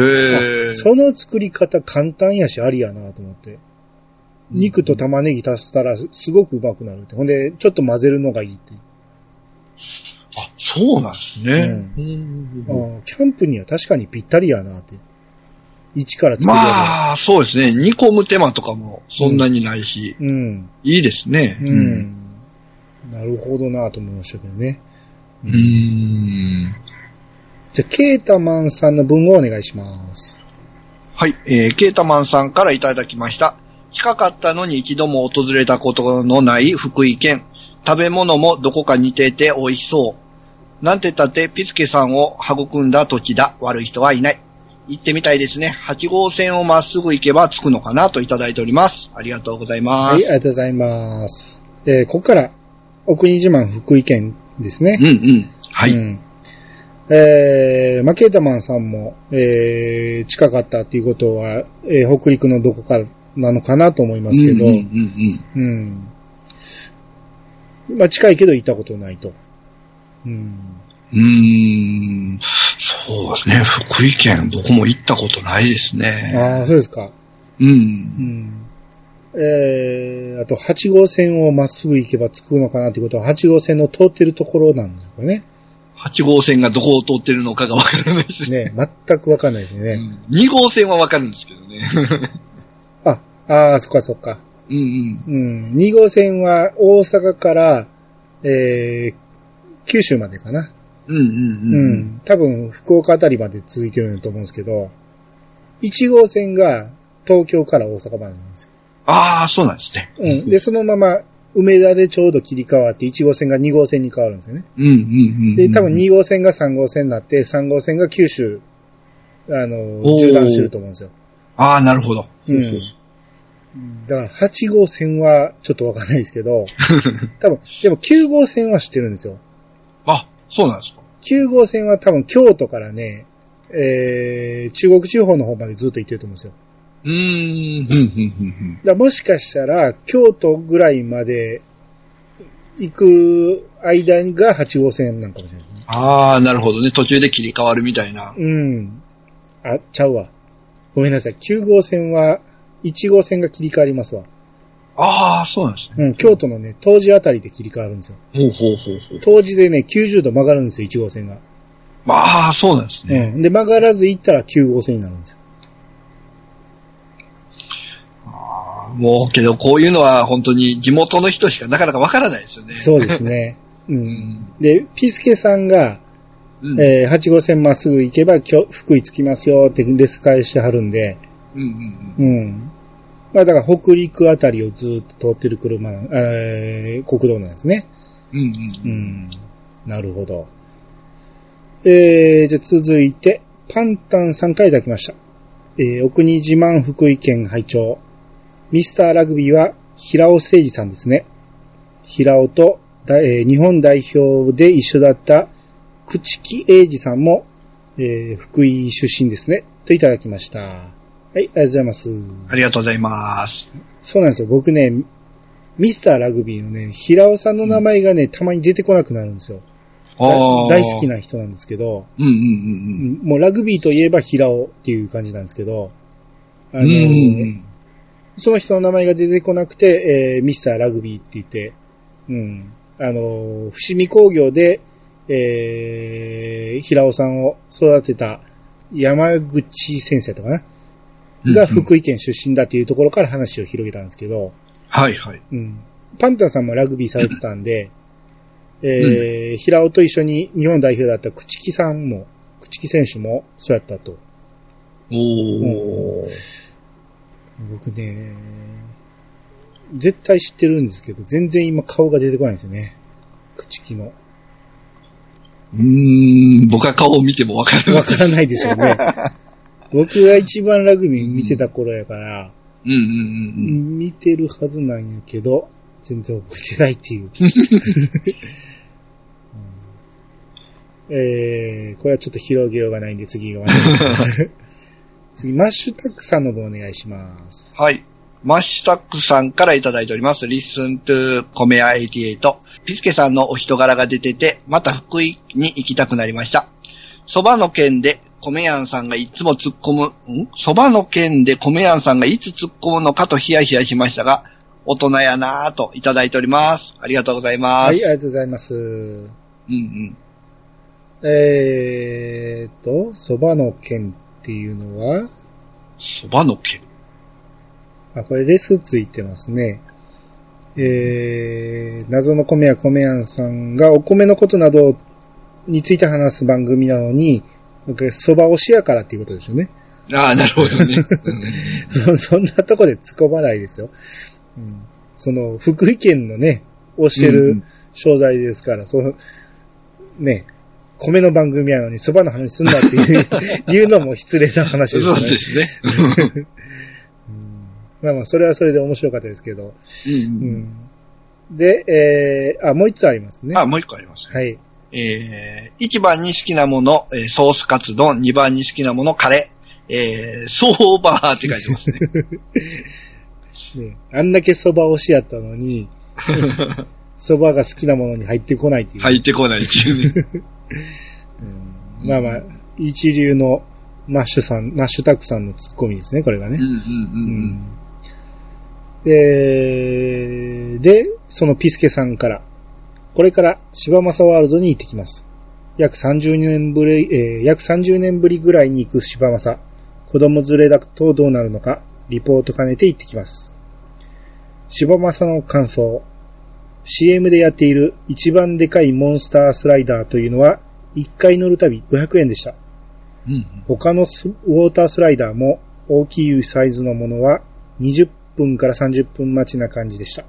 [SPEAKER 2] え。
[SPEAKER 1] その作り方簡単やし、ありやなと思って。肉と玉ねぎ足したら、すごくうまくなるって。ほんで、ちょっと混ぜるのがいいって。
[SPEAKER 2] あ、そうなんですね。うんうんうんうん
[SPEAKER 1] あーキャンプには確かにぴったりやなって。一から作るよりは。
[SPEAKER 2] まあ、そうですね。煮込む手間とかもそんなにないし、
[SPEAKER 1] うん。
[SPEAKER 2] いいですね。
[SPEAKER 1] う。ん。なるほどなと思いましたけどね。
[SPEAKER 2] うーん。
[SPEAKER 1] じゃあ、ケータマンさんの文をお願いします。
[SPEAKER 2] はい、えー、ケータマンさんからいただきました。近かったのに一度も訪れたことのない福井県。食べ物もどこか似てて美味しそう。なんてったってピスケさんを育んだ土地だ。悪い人はいない。行ってみたいですね。8号線をまっすぐ行けば着くのかなといただいております。ありがとうござい
[SPEAKER 1] はい、
[SPEAKER 2] ま
[SPEAKER 1] あ
[SPEAKER 2] す
[SPEAKER 1] り。がとうございます。えーここから、お国自慢福井県ですね。
[SPEAKER 2] うんうん。はい。
[SPEAKER 1] うんえー、マケータマンさんも、えー、近かったっていうことは、えー北陸のどこかなのかなと思いますけど、
[SPEAKER 2] う
[SPEAKER 1] うん
[SPEAKER 2] うん
[SPEAKER 1] ん
[SPEAKER 2] うん
[SPEAKER 1] まあ、近いけど行ったことないと。うん。
[SPEAKER 2] うん。うーん。そうですね。福井県、僕も行ったことないですね。
[SPEAKER 1] ああ、そうですか。
[SPEAKER 2] う。
[SPEAKER 1] うんん。えー、あと、8号線をまっすぐ行けば着くのかなってことは、8号線の通ってるところなんですよね。
[SPEAKER 2] 8号線がどこを通ってるのかがわからないですね。
[SPEAKER 1] ね、全くわかんないですね。
[SPEAKER 2] 2号線はわかるんですけどね。
[SPEAKER 1] あ、ああ、そっかそっか。
[SPEAKER 2] うんうん。
[SPEAKER 1] うん。2号線は大阪から、えー、九州までかな。
[SPEAKER 2] うんう
[SPEAKER 1] う。
[SPEAKER 2] んうんん。
[SPEAKER 1] 多分、福岡あたりまで続いてるんだと思うんですけど、1号線が東京から大阪までなんですよ。
[SPEAKER 2] ああ、そうなんですね。
[SPEAKER 1] うん。で、そのまま、梅田でちょうど切り替わって、1号線が2号線に変わるんですよね。
[SPEAKER 2] うんうんうん。
[SPEAKER 1] で、多分2号線が3号線になって、3号線が九州、あの、
[SPEAKER 2] おー
[SPEAKER 1] 縦断してると思うんですよ。
[SPEAKER 2] ああ、なるほど。
[SPEAKER 1] うんだから8号線はちょっとわかんないですけど、多分、でも9号線は知ってるんですよ。
[SPEAKER 2] あ、そうなんですか。
[SPEAKER 1] 9号線は多分京都からね、えー、中国地方の方までずっと行ってると思うんですよ。
[SPEAKER 2] うーん。うんうんうん
[SPEAKER 1] だからもしかしたら、京都ぐらいまで行く間が8号線なんかもしれないですね。
[SPEAKER 2] ああ、なるほどね。途中で切り替わるみたいな。
[SPEAKER 1] うん。あ、ちゃうわ。ごめんなさい。9号線は、1号線が切り替わりますわ。
[SPEAKER 2] ああ、そうなんですね。
[SPEAKER 1] うん、京都のね、東寺あたりで切り替わるんですよ。
[SPEAKER 2] ほうほうほうほう。
[SPEAKER 1] 東寺でね、90度曲がるんですよ、1号線が。
[SPEAKER 2] ああ、そうなんですね。
[SPEAKER 1] うん。で、曲がらず行ったら9号線になるんですよ。
[SPEAKER 2] あーもう、けど、こういうのは本当に地元の人しかなかなかわからないですよね。
[SPEAKER 1] そうです ね。う。
[SPEAKER 2] うんん。
[SPEAKER 1] で、ピスケさんが、
[SPEAKER 2] うん。
[SPEAKER 1] えー8号線まっすぐ行けば、きょ福井着きますよってレス返してはるんで、
[SPEAKER 2] うんうん
[SPEAKER 1] うん。まあだから北陸あたりをずっと通ってる車な、えー国道なんですね。
[SPEAKER 2] うん。うん
[SPEAKER 1] う
[SPEAKER 2] うん。
[SPEAKER 1] ん。なるほど。えー、じゃあ続いて、パンタンさんからいただきました。えー、お国自慢福井県拝聴ミスターラグビーは平尾誠二さんですね。平尾とだ、えー日本代表で一緒だった朽木英二さんも、えー福井出身ですね。といただきました。はい、ありがとうございます。
[SPEAKER 2] ありがとうございます。
[SPEAKER 1] そうなんですよ。僕ね、ミスターラグビーのね、平尾さんの名前がね、たまに出てこなくなるんですよ。
[SPEAKER 2] あー
[SPEAKER 1] 大好き。な人なんですけど、
[SPEAKER 2] うんうんうんうん。
[SPEAKER 1] もうラグビーといえば平尾っていう感じなんですけど、あの
[SPEAKER 2] うんうんうん。
[SPEAKER 1] その人の名前が出てこなくて、えーミスターラグビーって言って、うん、あのー伏見工業で、えー平尾さんを育てた山口先生とかな、が
[SPEAKER 2] うんうん
[SPEAKER 1] 福井県出身だっていうところから話を広げたんですけど、
[SPEAKER 2] はいはい。
[SPEAKER 1] うん、パンタンさんもラグビーされてたんで、えー平尾と一緒に日本代表だった朽木さんも、朽木選手もそうやったと。
[SPEAKER 2] おー。
[SPEAKER 1] 僕ね、絶対知ってるんですけど、全然今顔が出てこないんですよね。朽木の。
[SPEAKER 2] うーん、僕は顔を見てもわかる。
[SPEAKER 1] わからないでしょう ね。僕が一番ラグビー見てた頃やから、
[SPEAKER 2] うんうんうん
[SPEAKER 1] 見てるはずなんやけど、全然覚えてないっていう。 うんえー、これはちょっと広げようがないんで、次が。次、マッシュタックさんの分お願いします。
[SPEAKER 2] はい。マッシュタックさんからいただいております。Listen to コメア88。ピスケさんのお人柄が出てて、また福井に行きたくなりました。蕎麦の件で、コメヤンさんがいつも突っ込む、ん蕎麦の件でコメヤンさんがいつ突っ込むのかとヒヤヒヤしましたが、大人やなぁといただいております。ありがとうござい
[SPEAKER 1] はい、
[SPEAKER 2] ます。
[SPEAKER 1] ありがとうございます。
[SPEAKER 2] うんうん。
[SPEAKER 1] えーっと、蕎麦の件っていうのは、
[SPEAKER 2] 蕎麦の毛。
[SPEAKER 1] あ、これレスついてますね。えー、謎の米や米庵さんがお米のことなどについて話す番組なのに、僕蕎麦推しやからっていうことでしょうね。
[SPEAKER 2] ああ、なるほどね。う
[SPEAKER 1] そ
[SPEAKER 2] ん
[SPEAKER 1] そんなとこで突っ込まないですよ。うん、その、福井県のね、推して
[SPEAKER 2] う
[SPEAKER 1] る
[SPEAKER 2] ん
[SPEAKER 1] 商材ですから、そう、ね、米の番組やのに蕎麦の話すんだっていう言うの も失礼な話です
[SPEAKER 2] そ
[SPEAKER 1] よ
[SPEAKER 2] う
[SPEAKER 1] ね。
[SPEAKER 2] ですね。
[SPEAKER 1] うんまあまあ、それはそれで面白かったですけど。
[SPEAKER 2] うんうん
[SPEAKER 1] うんで、えー、あ、もう一つありますね。
[SPEAKER 2] あ、もう一個あります。
[SPEAKER 1] はい。
[SPEAKER 2] えー、1番に好きなもの、えーソースカツ丼、2番に好きなもの、カレー、えー、ソーバーって書いて ますね。
[SPEAKER 1] ねあんだけ蕎麦推しやったのに、蕎麦が好きなものに入ってこないっていう。
[SPEAKER 2] 入ってこないっていうね。
[SPEAKER 1] うんまあまあ、一流のマッシュさん、マッシュタックさんのツッコミですね、これが
[SPEAKER 2] うんう
[SPEAKER 1] ね。
[SPEAKER 2] んうんうん。
[SPEAKER 1] で、で、そのピスケさんから、これから柴正ワールドに行ってきます。約30年ぶり、えー約30年ぶりぐらいに行く柴正。子供連れだとどうなるのか、リポート兼ねて行ってきます。柴正の感想。CM でやっている一番でかいモンスタースライダーというのは、1回乗るたび500円でした。
[SPEAKER 2] うんうん
[SPEAKER 1] 他のスウォータースライダーも大きいサイズのものは20分から30分待ちな感じでした。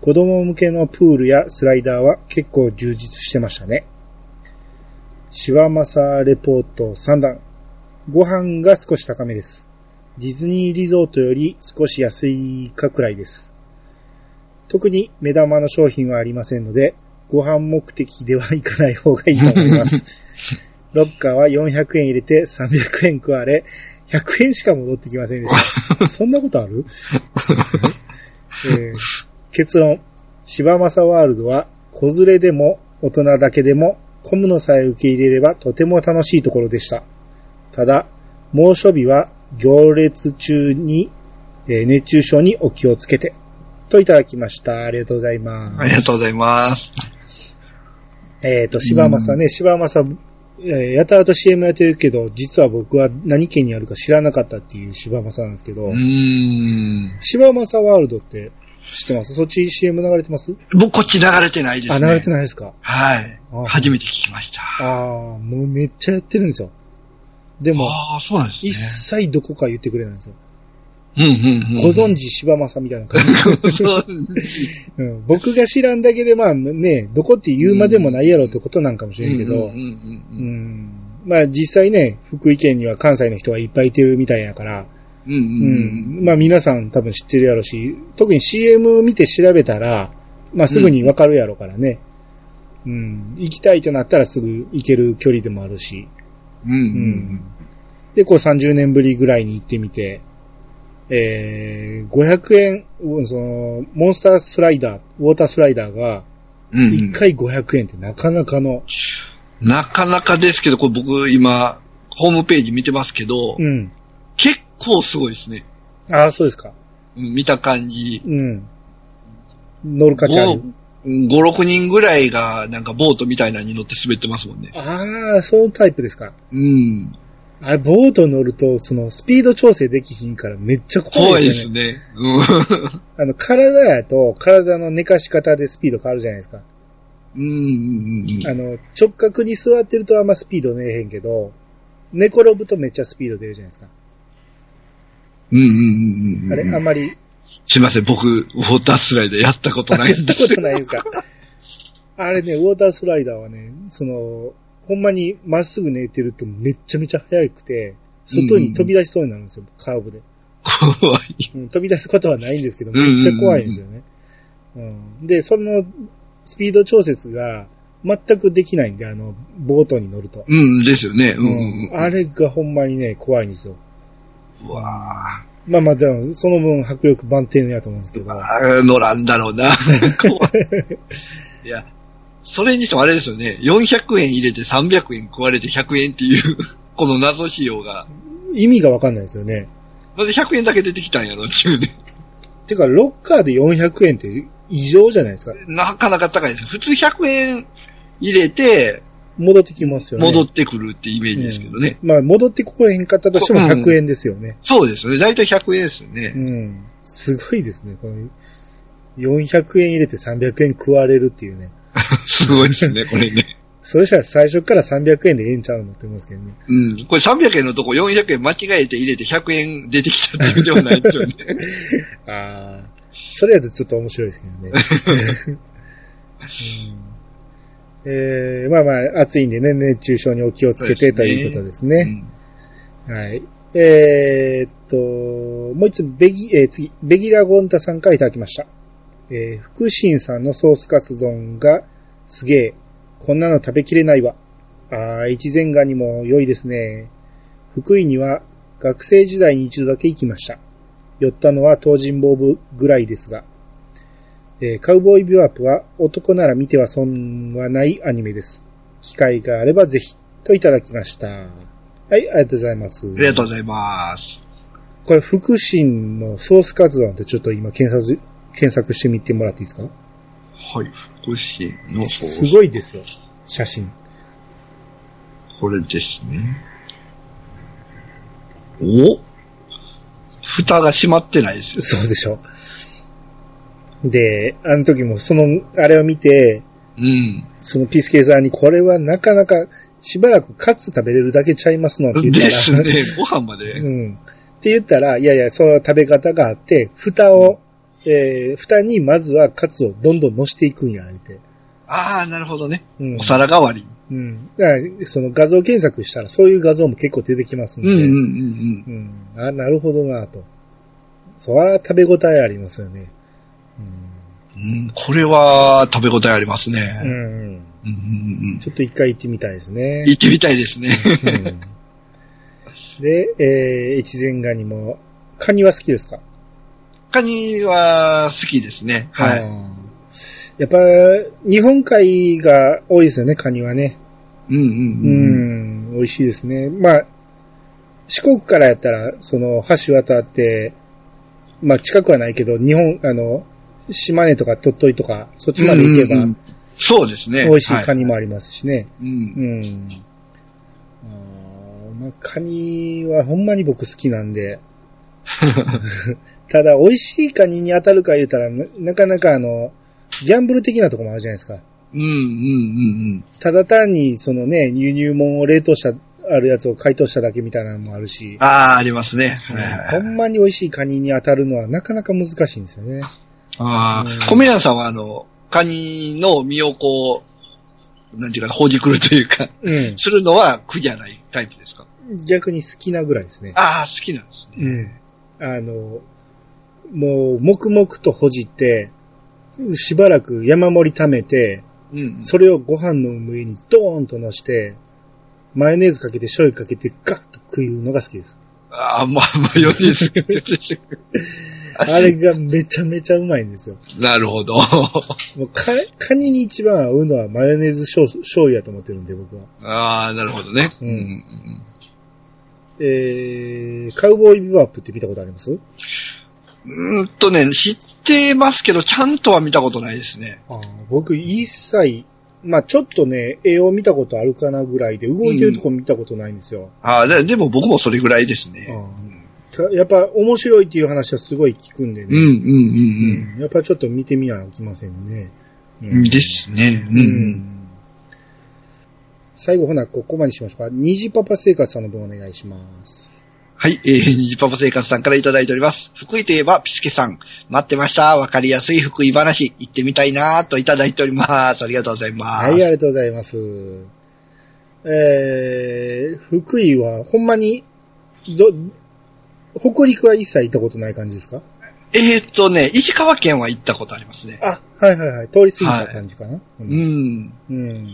[SPEAKER 1] 子供向けのプールやスライダーは結構充実してましたね。柴正レポート3段。ご飯が少し高めです。ディズニーリゾートより少し安いかくらいです。特に目玉の商品はありませんので、ご飯目的では行かない方がいいと思います。ロッカーは400円入れて300円食われ、100円しか戻ってきませんで した。そんなことある、えー結論。柴正ワールドは、子連れでも大人だけでも、混むのさえ受け入れればとても楽しいところでした。ただ、猛暑日は行列中に、えー熱中症にお気をつけて。といただきました。ありがとうございます。
[SPEAKER 2] ありがとうございます。
[SPEAKER 1] えっ、と、柴正ね、柴正、えーやたらと CM やってるけど、実は僕は何県にあるか知らなかったっていう柴正なんですけど、
[SPEAKER 2] うーん。
[SPEAKER 1] 柴正ワールドって知ってますそっち CM 流れてます
[SPEAKER 2] 僕、こっち流れてないですね。
[SPEAKER 1] あ、流れて
[SPEAKER 2] い。
[SPEAKER 1] ないですか
[SPEAKER 2] はい
[SPEAKER 1] あ。
[SPEAKER 2] 初めて聞きました。
[SPEAKER 1] ああ、もうめっちゃやってるんですよ。でも、
[SPEAKER 2] ああ、そうなんですね
[SPEAKER 1] 一。切どこか言ってくれないんですよ。
[SPEAKER 2] うんうんうん。
[SPEAKER 1] ご存知柴正みたいな感 じ、
[SPEAKER 2] ご存知。
[SPEAKER 1] うん僕が知らんだけで、まあね、どこって言うまでもないやろってことなんかもしれんけど、
[SPEAKER 2] うんうんうんうん
[SPEAKER 1] うんまあ実際ね、福井県には関西の人がいっぱいいてるみたいやから、
[SPEAKER 2] うんうん
[SPEAKER 1] う
[SPEAKER 2] うん
[SPEAKER 1] ん。まあ皆さん多分知ってるやろし、特に CM 見て調べたら、まあすぐにわかるやろからね。うん、行きたいとなったらすぐ行ける距離でもあるし。
[SPEAKER 2] うんうん
[SPEAKER 1] で、こう30年ぶりぐらいに行ってみて、えー、500円、うんその、モンスタースライダー、ウォータースライダーが、
[SPEAKER 2] うんうん。
[SPEAKER 1] 1回500円ってなかなかの、
[SPEAKER 2] なかなかですけど、これ僕今、ホームページ見てますけど、
[SPEAKER 1] うん。
[SPEAKER 2] 結構すごいですね。
[SPEAKER 1] ああ、そうですか。
[SPEAKER 2] うん見た感じ。
[SPEAKER 1] うん。乗る価値ある
[SPEAKER 2] 5、。5 6人ぐらいが、なんかボートみたいなのに乗って滑ってますもんね。
[SPEAKER 1] ああ、そういうタイプですか。
[SPEAKER 2] うん。
[SPEAKER 1] あれ、ボート乗ると、その、スピード調整できひんからめっちゃ怖
[SPEAKER 2] 怖い
[SPEAKER 1] い
[SPEAKER 2] で
[SPEAKER 1] です
[SPEAKER 2] す
[SPEAKER 1] よね。
[SPEAKER 2] ね。うん
[SPEAKER 1] あの、体やと、体の寝かし方でスピード変わるじゃないですか。
[SPEAKER 2] うんうんうん。
[SPEAKER 1] あの、直角に座ってるとあんまスピードねえへんけど、寝転ぶとめっちゃスピード出るじゃないですか。
[SPEAKER 2] うんうんうんうん。
[SPEAKER 1] あれ、あんまり、
[SPEAKER 2] すいません、僕、ウォータースライダーやったこと ない
[SPEAKER 1] や
[SPEAKER 2] ん
[SPEAKER 1] った
[SPEAKER 2] です
[SPEAKER 1] ことないですか。あれね、ウォータースライダーはね、その、ほんまにまっすぐ寝てるとめっちゃめちゃ速くて、外に飛び出しそうになるんですよ、カーブで。
[SPEAKER 2] 怖い。
[SPEAKER 1] うん飛び出すことはないんですけど、
[SPEAKER 2] うんうんうんうん
[SPEAKER 1] めっちゃ怖いんですよね。うんで、そのスピード調節が全くできないんで、あの、ボートに乗ると。
[SPEAKER 2] うん、ですよね。うんうんうん。
[SPEAKER 1] あれがほんまにね、怖いんですよ。
[SPEAKER 2] うわあ
[SPEAKER 1] まあまあ、でも、その分迫力満点やと思うんですけど。
[SPEAKER 2] あー乗らんだろうな。怖い。いや、それにしてもあれですよね。400円入れて300円食われて100円っていう、この謎仕様が。
[SPEAKER 1] 意味がわかんないですよね。
[SPEAKER 2] なんで100円だけ出てきたんやろっていうね。
[SPEAKER 1] てか、ロッカーで400円って異常じゃないですか。
[SPEAKER 2] なかなか高いです。普通100円入れて、
[SPEAKER 1] 戻ってきますよね。
[SPEAKER 2] 戻ってくるってイメージですけどね。
[SPEAKER 1] まあ、戻ってこへんかったとしても
[SPEAKER 2] そううん
[SPEAKER 1] 100円ですよね。
[SPEAKER 2] そうですね。だいたい100円ですよ
[SPEAKER 1] う
[SPEAKER 2] ね。
[SPEAKER 1] ん。すごいですね。この400円入れて300円食われるっていうね。
[SPEAKER 2] すごいですね、これね。
[SPEAKER 1] そしたら最初から300円でええんちゃうのって思うんですけどね。
[SPEAKER 2] うん。これ300円のとこ400円間違えて入れて100円出てきたっていうではないですよね。
[SPEAKER 1] ああ。それやとちょっと面白いですけどね。うん、えーまあまあ、暑いんでね、熱中症にお気をつけて
[SPEAKER 2] そ
[SPEAKER 1] と
[SPEAKER 2] うですね
[SPEAKER 1] いうことです
[SPEAKER 2] う
[SPEAKER 1] ね。
[SPEAKER 2] ん
[SPEAKER 1] はい。えーっと、もう一つ、ベギ、えー次、ベギラゴンタさんからいただきました。えー、福神さんのソースカツ丼がすげえ。こんなの食べきれないわ。あー、越前ガニも良いですね。福井には学生時代に一度だけ行きました。寄ったのは東尋坊部ぐらいですが。えーカウボーイビュアップは男なら見ては損はないアニメです。機会があればぜひ、といただきました。はい、ありがとうございます。
[SPEAKER 2] ありがとうございます。
[SPEAKER 1] これ、福神のソースカツ丼ってちょっと今検索、検索してみてもらっていいですか
[SPEAKER 2] はい。福祉の
[SPEAKER 1] す
[SPEAKER 2] そう。
[SPEAKER 1] ごいですよ。写真。
[SPEAKER 2] これですね。お蓋が閉まってないですよ。
[SPEAKER 1] そうでしょ。で、あの時もその、あれを見て、
[SPEAKER 2] うん。
[SPEAKER 1] そのピースケさんにこれはなかなかしばらくカツ食べれるだけちゃいますのって言
[SPEAKER 2] で
[SPEAKER 1] った
[SPEAKER 2] す
[SPEAKER 1] ら、
[SPEAKER 2] ね。ご飯まで。
[SPEAKER 1] うん。って言ったら、いやいや、その食べ方があって、蓋を、えー、蓋にまずはカツをどんどん乗していくんや、って。
[SPEAKER 2] ああ、なるほどね。
[SPEAKER 1] うん
[SPEAKER 2] お。皿代わり。
[SPEAKER 1] うん。だからその画像検索したら、そういう画像も結構出てきますん
[SPEAKER 2] うん
[SPEAKER 1] で。
[SPEAKER 2] うんうん
[SPEAKER 1] うん。あ、なるほどなと。そら食べ応えありますよね。
[SPEAKER 2] うん。うんこれは食べ応えあります
[SPEAKER 1] うん。う
[SPEAKER 2] ね。
[SPEAKER 1] んうん。
[SPEAKER 2] うんうんうん
[SPEAKER 1] ちょっと一回行ってみたいですね。
[SPEAKER 2] 行ってみたいですね。
[SPEAKER 1] うんで、えー、越前ガニも、カニは好きですか
[SPEAKER 2] カニは好きですね。は
[SPEAKER 1] あ
[SPEAKER 2] い。
[SPEAKER 1] ーやっぱ、日本海が多いですよね、カニはね。
[SPEAKER 2] うんう
[SPEAKER 1] うんん、美味しいですね。まあ、四国からやったら、その、橋渡って、まあ、近くはないけど、日本、あの、島根とか鳥取とか、そっ
[SPEAKER 2] う
[SPEAKER 1] ち
[SPEAKER 2] ん。
[SPEAKER 1] まで行けば、
[SPEAKER 2] うんうんうんそうですね。
[SPEAKER 1] 美味しいカニも
[SPEAKER 2] は
[SPEAKER 1] ありますしね。
[SPEAKER 2] い。うん。
[SPEAKER 1] うん。あーまあ、カニはほんまに僕好きなん で。ただ、美味しいカニに当たるか言うたら、ななかなかあの、ギャンブル的なとこもあるじゃないですか。
[SPEAKER 2] うんうんうんうん。
[SPEAKER 1] ただ単に、そのね、輸入物を冷凍した、あるやつを解凍しただけみたいなのもあるし、
[SPEAKER 2] ああ、ありますね。はいはいはい
[SPEAKER 1] ほんまに美味しいカニに当たるのはなかなか難しいんですよね。
[SPEAKER 2] あ
[SPEAKER 1] うん
[SPEAKER 2] あ、米屋さんはあの、カニの身をこう、なんていうか、ほじくるというか、
[SPEAKER 1] うん。
[SPEAKER 2] するのは苦じゃないタイプですか
[SPEAKER 1] 逆に好きなぐらいですね。
[SPEAKER 2] ああ、好きなんですね。
[SPEAKER 1] うん。あの、もう、黙々とほじって、しばらく山盛り貯めて、
[SPEAKER 2] うんうん。
[SPEAKER 1] それをご飯の上にドーンと乗して、マヨネーズかけて醤油かけてガッと食うのが好き です。
[SPEAKER 2] ああ、まあ、まあ、よりですけど。
[SPEAKER 1] あれがめちゃめちゃうまいんですよ。
[SPEAKER 2] なるほど。
[SPEAKER 1] もうカカニに一番合うのはマヨネーズ醤醤油やと思ってるんで僕は。
[SPEAKER 2] ああ、なるほどね。
[SPEAKER 1] う
[SPEAKER 2] うんん。
[SPEAKER 1] えー、カウボーイビバップって見たことあります
[SPEAKER 2] うーんとね、知ってますけど、ちゃんとは見たことないですね。
[SPEAKER 1] あー僕一切、まあちょっとね、絵を見たことあるかなぐらいで、動いてるとこ見たことないんですよ。
[SPEAKER 2] ああ、ででも僕もそれぐらいですね。
[SPEAKER 1] たやっぱ面白いっていう話はすごい聞くんで
[SPEAKER 2] うん、う
[SPEAKER 1] ね。
[SPEAKER 2] ん、うん、
[SPEAKER 1] やっぱちょっと見てみなきゃいけませんね。
[SPEAKER 2] うん。ですね。うん
[SPEAKER 1] う
[SPEAKER 2] うん。
[SPEAKER 1] ん。最後ほな、ここまでにしましょうか。虹パパ生活さんの分お願いします。
[SPEAKER 2] はい、えー、 ニジパパ生活さんからいただいております。福井といえば、ピスケさん。待ってました。わかりやすい福井話、行ってみたいなーといただいております。ありがとうございます。
[SPEAKER 1] はい、ありがとうございます。えー、福井はほんまに、ど、北陸は一切行ったことない感じですか
[SPEAKER 2] えーっとね、石川県は行ったことありますね。
[SPEAKER 1] あ、はいはいはい。通り過ぎた感じかな、う
[SPEAKER 2] うんん。
[SPEAKER 1] うん。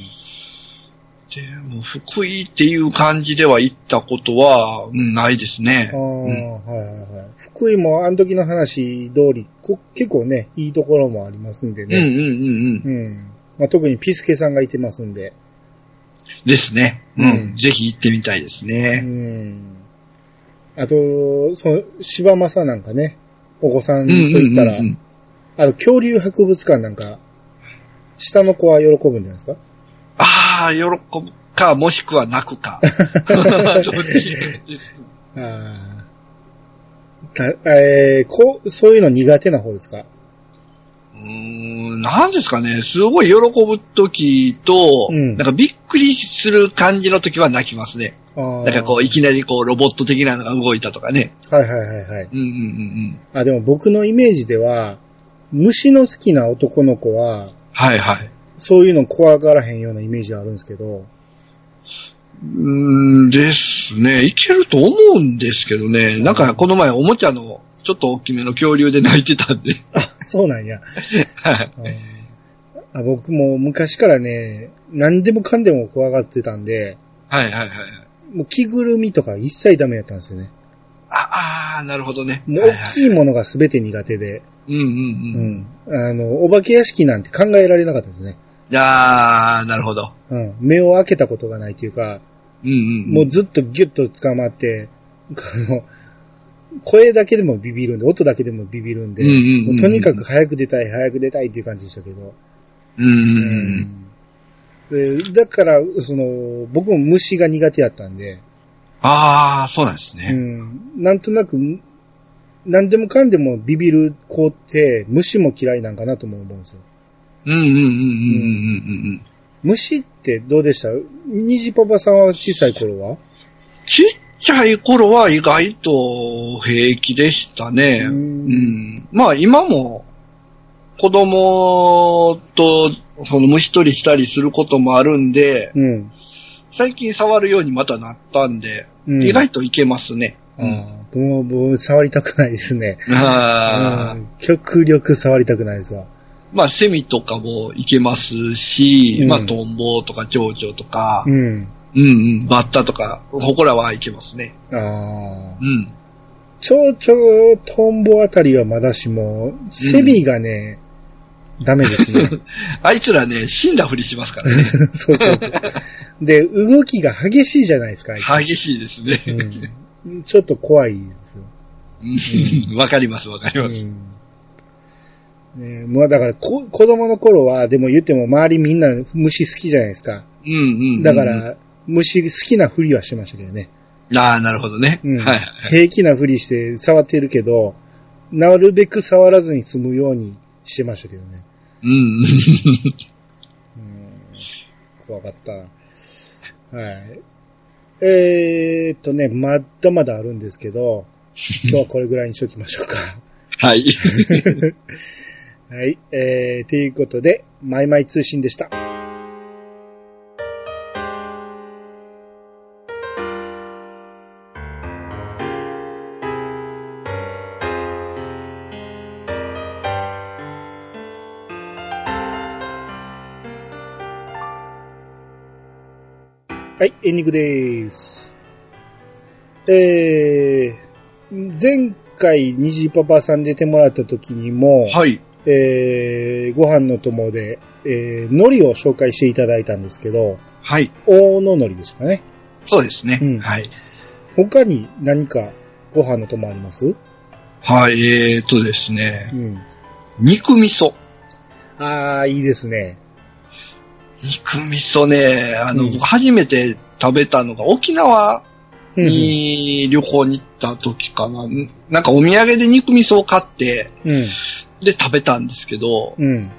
[SPEAKER 2] でも、福井っていう感じでは行ったことは、うん、ないですね
[SPEAKER 1] あ。あ、はいはいはい。福井もあの時の話通り、こ結構ね、いいところもありますんで
[SPEAKER 2] うん、うん、
[SPEAKER 1] ね。
[SPEAKER 2] うん、うん。
[SPEAKER 1] うん。まあ、特にピスケさんがいてますんで。
[SPEAKER 2] ですね。うん。
[SPEAKER 1] うん
[SPEAKER 2] ぜひ行ってみたいです
[SPEAKER 1] う
[SPEAKER 2] ね。
[SPEAKER 1] ん。あと、その、柴正なんかね、お子さんと言ったら、
[SPEAKER 2] うんうんうんうん
[SPEAKER 1] あの、恐竜博物館なんか、下の子は喜ぶんじゃないですか
[SPEAKER 2] あああ、喜ぶか、もしくは泣く か。 どっち
[SPEAKER 1] あーたえー、こう、そういうの苦手な方ですか
[SPEAKER 2] うーん、なんですかね、すごい喜ぶときと、
[SPEAKER 1] うん
[SPEAKER 2] なんかびっくりする感じのときは泣きますね。
[SPEAKER 1] あ
[SPEAKER 2] なんかこう、いきなりこう、ロボット的なのが動いたとかね。
[SPEAKER 1] う。はいはいはいはい。
[SPEAKER 2] うんうんうんうん。
[SPEAKER 1] あ、でも僕のイメージでは、虫の好きな男の子は、
[SPEAKER 2] はいはい。
[SPEAKER 1] そういうの怖がらへんようなイメージあるんですけど、
[SPEAKER 2] うーんですね。いけると思うんですけどね。なんかこの前おもちゃのちょっと大きめの恐竜で泣いてたんで。
[SPEAKER 1] そうなんや。
[SPEAKER 2] はい。
[SPEAKER 1] うん あ僕も昔からね、何でもかんでも怖がってたんで、
[SPEAKER 2] はいはいはい。
[SPEAKER 1] もう着ぐるみとか一切ダメやったんですよね。
[SPEAKER 2] ああー、なるほどね。
[SPEAKER 1] もう
[SPEAKER 2] はいは
[SPEAKER 1] 大
[SPEAKER 2] い
[SPEAKER 1] きいものが全て苦手で、
[SPEAKER 2] うんうんうん。
[SPEAKER 1] うん。あの、お化け屋敷なんて考えられなかったですね。
[SPEAKER 2] ああ、なるほど。
[SPEAKER 1] うん。目を開けたことがないというか、
[SPEAKER 2] うんうん、
[SPEAKER 1] もうずっとギュッと捕まって、この、声だけでもビビるんで、音だけでもビビるんで、
[SPEAKER 2] うんうんうんうん
[SPEAKER 1] もうとにかく早く出たい、早く出たいっていう感じでしたけど。
[SPEAKER 2] うんうんうん。
[SPEAKER 1] でだから、その、僕も虫が苦手やったんで、
[SPEAKER 2] ああ、そうなんです
[SPEAKER 1] う
[SPEAKER 2] ね。
[SPEAKER 1] ん、なんとなく、何でもかんでもビビる子って、虫も嫌いなんかなとも思うんですよ。
[SPEAKER 2] うんうんうんうんうんうんうん。
[SPEAKER 1] 虫ってどうでした虹パパさんは小さい頃は
[SPEAKER 2] ちっちゃい頃は意外と平気でしたね。
[SPEAKER 1] う
[SPEAKER 2] うんん。まあ今も子供とその虫取りしたりすることもあるんで、
[SPEAKER 1] うん。
[SPEAKER 2] 最近触るようにまたなったんで、
[SPEAKER 1] うん
[SPEAKER 2] 意外といけますね。うん。
[SPEAKER 1] あーもう、もう触りたくないですね。
[SPEAKER 2] あ
[SPEAKER 1] う
[SPEAKER 2] ー
[SPEAKER 1] ん極力触りたくないですわ。
[SPEAKER 2] まあ、セミとかもいけますし、
[SPEAKER 1] うん
[SPEAKER 2] まあ、トンボとか、蝶々とか、
[SPEAKER 1] うん。
[SPEAKER 2] うんうん、バッタとか、ほこらはいけますね。
[SPEAKER 1] ああ
[SPEAKER 2] う。ん。
[SPEAKER 1] 蝶々、トンボあたりはまだしも、セミがね、ダメですね。
[SPEAKER 2] あいつらね、死んだふりしますからね。
[SPEAKER 1] そうそうそう。で、動きが激しいじゃないですか、あいつ
[SPEAKER 2] 激しいですね。
[SPEAKER 1] うん、ちょっと怖いですよ。
[SPEAKER 2] うんわかります、わかります。
[SPEAKER 1] うんね、もうだからこ、子供の頃は、でも言っても周りみんな虫好きじゃないですか。
[SPEAKER 2] うんうんうん。
[SPEAKER 1] だか。ら、虫好きなふりはしてましたけどね。
[SPEAKER 2] ああ、なるほどね。
[SPEAKER 1] うん
[SPEAKER 2] はい。
[SPEAKER 1] 平気なふりして触ってるけど、なるべく触らずに済むようにしてましたけどね。
[SPEAKER 2] うん。
[SPEAKER 1] うん怖かったな。はい。えー、っとね、まだまだあるんですけ ど、今日はこれぐらいにしときましょうか。
[SPEAKER 2] はい。
[SPEAKER 1] はい。えー、ということで、マイマイ通信でした。はい、エンディングです。えー、前回、虹パパさん出てもらった時にも、
[SPEAKER 2] はい。
[SPEAKER 1] えー、ご飯の友で、えー、海苔を紹介していただいたんですけど、
[SPEAKER 2] はい。
[SPEAKER 1] 大野海苔ですかね。
[SPEAKER 2] そうですね。
[SPEAKER 1] うん
[SPEAKER 2] はい。
[SPEAKER 1] 他に何かご飯の友あります
[SPEAKER 2] はい、えーっとですね
[SPEAKER 1] う。ん。
[SPEAKER 2] 肉味噌。
[SPEAKER 1] あー、いいですね。
[SPEAKER 2] 肉味噌ね、あの、
[SPEAKER 1] うん
[SPEAKER 2] 僕初めて食べたのが沖縄
[SPEAKER 1] うん
[SPEAKER 2] に旅行に行った時かな。なんかお土産で肉味噌を買って、
[SPEAKER 1] うん。
[SPEAKER 2] で食べたんですけど、
[SPEAKER 1] うん。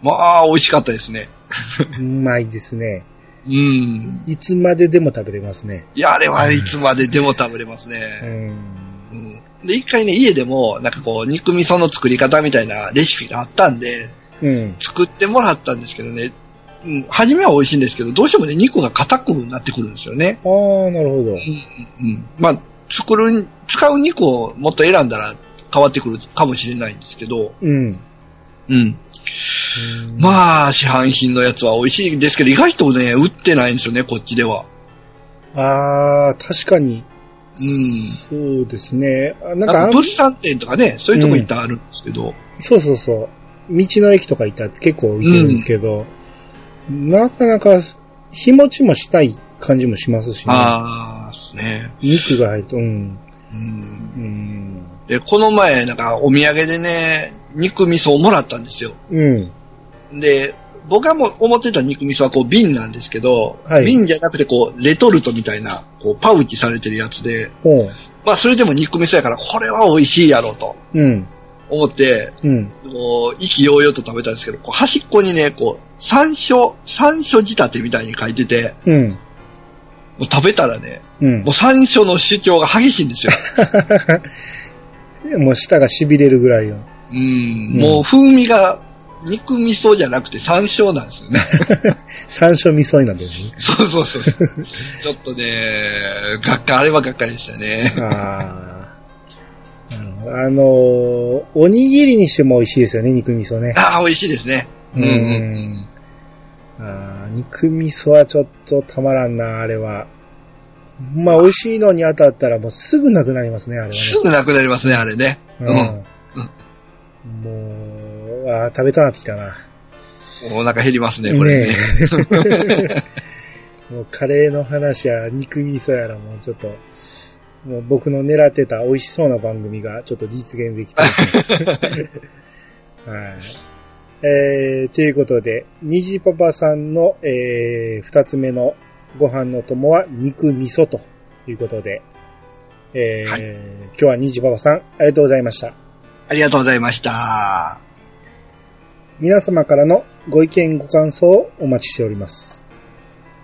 [SPEAKER 2] まあ、美味しかったですね。
[SPEAKER 1] うまいですね。
[SPEAKER 2] うん。
[SPEAKER 1] いつまででも食べれますね。
[SPEAKER 2] いや、あれはいつまででも食べれます
[SPEAKER 1] う
[SPEAKER 2] ね。
[SPEAKER 1] ん。
[SPEAKER 2] うん。で、一回ね、家でも、なんかこう、肉味噌の作り方みたいなレシピがあったんで、
[SPEAKER 1] うん。
[SPEAKER 2] 作ってもらったんですけどね、うん、初めは美味しいんですけど、どうしてもね、肉が硬くなってくるんですよね。
[SPEAKER 1] あー、なるほど。
[SPEAKER 2] うん。まあ、作る、使う肉をもっと選んだら変わってくるかもしれないんですけど、
[SPEAKER 1] うん。
[SPEAKER 2] うん。
[SPEAKER 1] あ。
[SPEAKER 2] まあ、市販品のやつは美味しいんですけど、意外とね、売ってないんですよね、こっちでは。
[SPEAKER 1] あー、確かに。
[SPEAKER 2] うん。
[SPEAKER 1] そうですね。あなんか
[SPEAKER 2] な
[SPEAKER 1] あ
[SPEAKER 2] ん
[SPEAKER 1] ん
[SPEAKER 2] か、物産店とかね、そういうとこ行ったらあるんですけど、
[SPEAKER 1] そうそうそう。道の駅とか行ったら結構行けるんですけど、なかなか日持ちもしたい感じもしますしね。
[SPEAKER 2] ああ、ですね。
[SPEAKER 1] 肉が入ると、うん。
[SPEAKER 2] うん。
[SPEAKER 1] うん。
[SPEAKER 2] で、この前、なんか、お土産でね、肉味噌をもらったんですよ。
[SPEAKER 1] うん。
[SPEAKER 2] で、僕がもう思ってた肉味噌はこう瓶なんですけど、
[SPEAKER 1] はい
[SPEAKER 2] 瓶じゃなくてこうレトルトみたいな、こうパウチされてるやつで、
[SPEAKER 1] ほう。
[SPEAKER 2] まあそれでも肉味噌やからこれは美味しいやろうと
[SPEAKER 1] うん。
[SPEAKER 2] 思って、
[SPEAKER 1] うん。
[SPEAKER 2] こう意気揚々と食べたんですけど、こう端っこにね、こう山椒、山椒仕立てみたいに書いてて、
[SPEAKER 1] うん。
[SPEAKER 2] もう食べたらね、
[SPEAKER 1] うん
[SPEAKER 2] もう。山椒の主張が激しいんです よ。
[SPEAKER 1] もう舌が痺れるぐらいの。
[SPEAKER 2] う
[SPEAKER 1] う
[SPEAKER 2] ん
[SPEAKER 1] ん
[SPEAKER 2] もう風味が肉味噌じゃなくて山椒なんですよね。
[SPEAKER 1] 山椒味噌になってるね。
[SPEAKER 2] そうそうそう そう。ちょっとね、がっか、あれはがっかりでしたね。
[SPEAKER 1] ああ。なるほど あのーおにぎりにしても美味しいですよね、肉味噌ね。
[SPEAKER 2] ああ、美味しいですね。うんうん。
[SPEAKER 1] うんあー肉味噌はちょっとたまらんな、あれは。まあ、美味しいのに当たったらもうすぐなくなりますね、あれはね。
[SPEAKER 2] すぐなくなりますね、あれね。うん。
[SPEAKER 1] うん。もう、あー食べたなってきたな。
[SPEAKER 2] お腹減りますね、これね。
[SPEAKER 1] え もうカレーの話や肉味噌やらもうちょっと、もう僕の狙ってた美味しそうな番組がちょっと実現でき て。はい。えー、ということで、にじパパさんの、えー、二つ目のご飯の友は肉味噌ということで、えー
[SPEAKER 2] はい
[SPEAKER 1] 今日はにじパパさん、ありがとうございました。
[SPEAKER 2] ありがとうございました。
[SPEAKER 1] 皆様からのご意見ご感想をお待ちしております。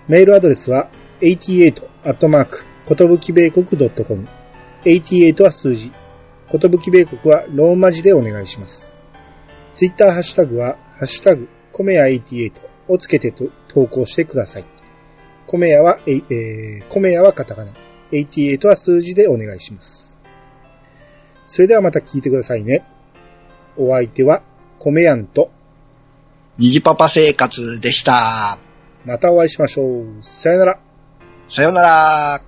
[SPEAKER 1] メールアドレスは88ことぶき米国 .com。88は数字。ことぶき米国はローマ字でお願いします。ツイッターハッシュタグは、ハッシュタグ、コメヤ88をつけてと投稿してください。コメヤは、えい、えー、コメヤはカタカナ。88は数字でお願いします。それではまた聞いてくださいね。お相手は、コメヤンと、
[SPEAKER 2] にじパパ生活でした。
[SPEAKER 1] またお会いしましょう。さよなら。
[SPEAKER 2] さようなら。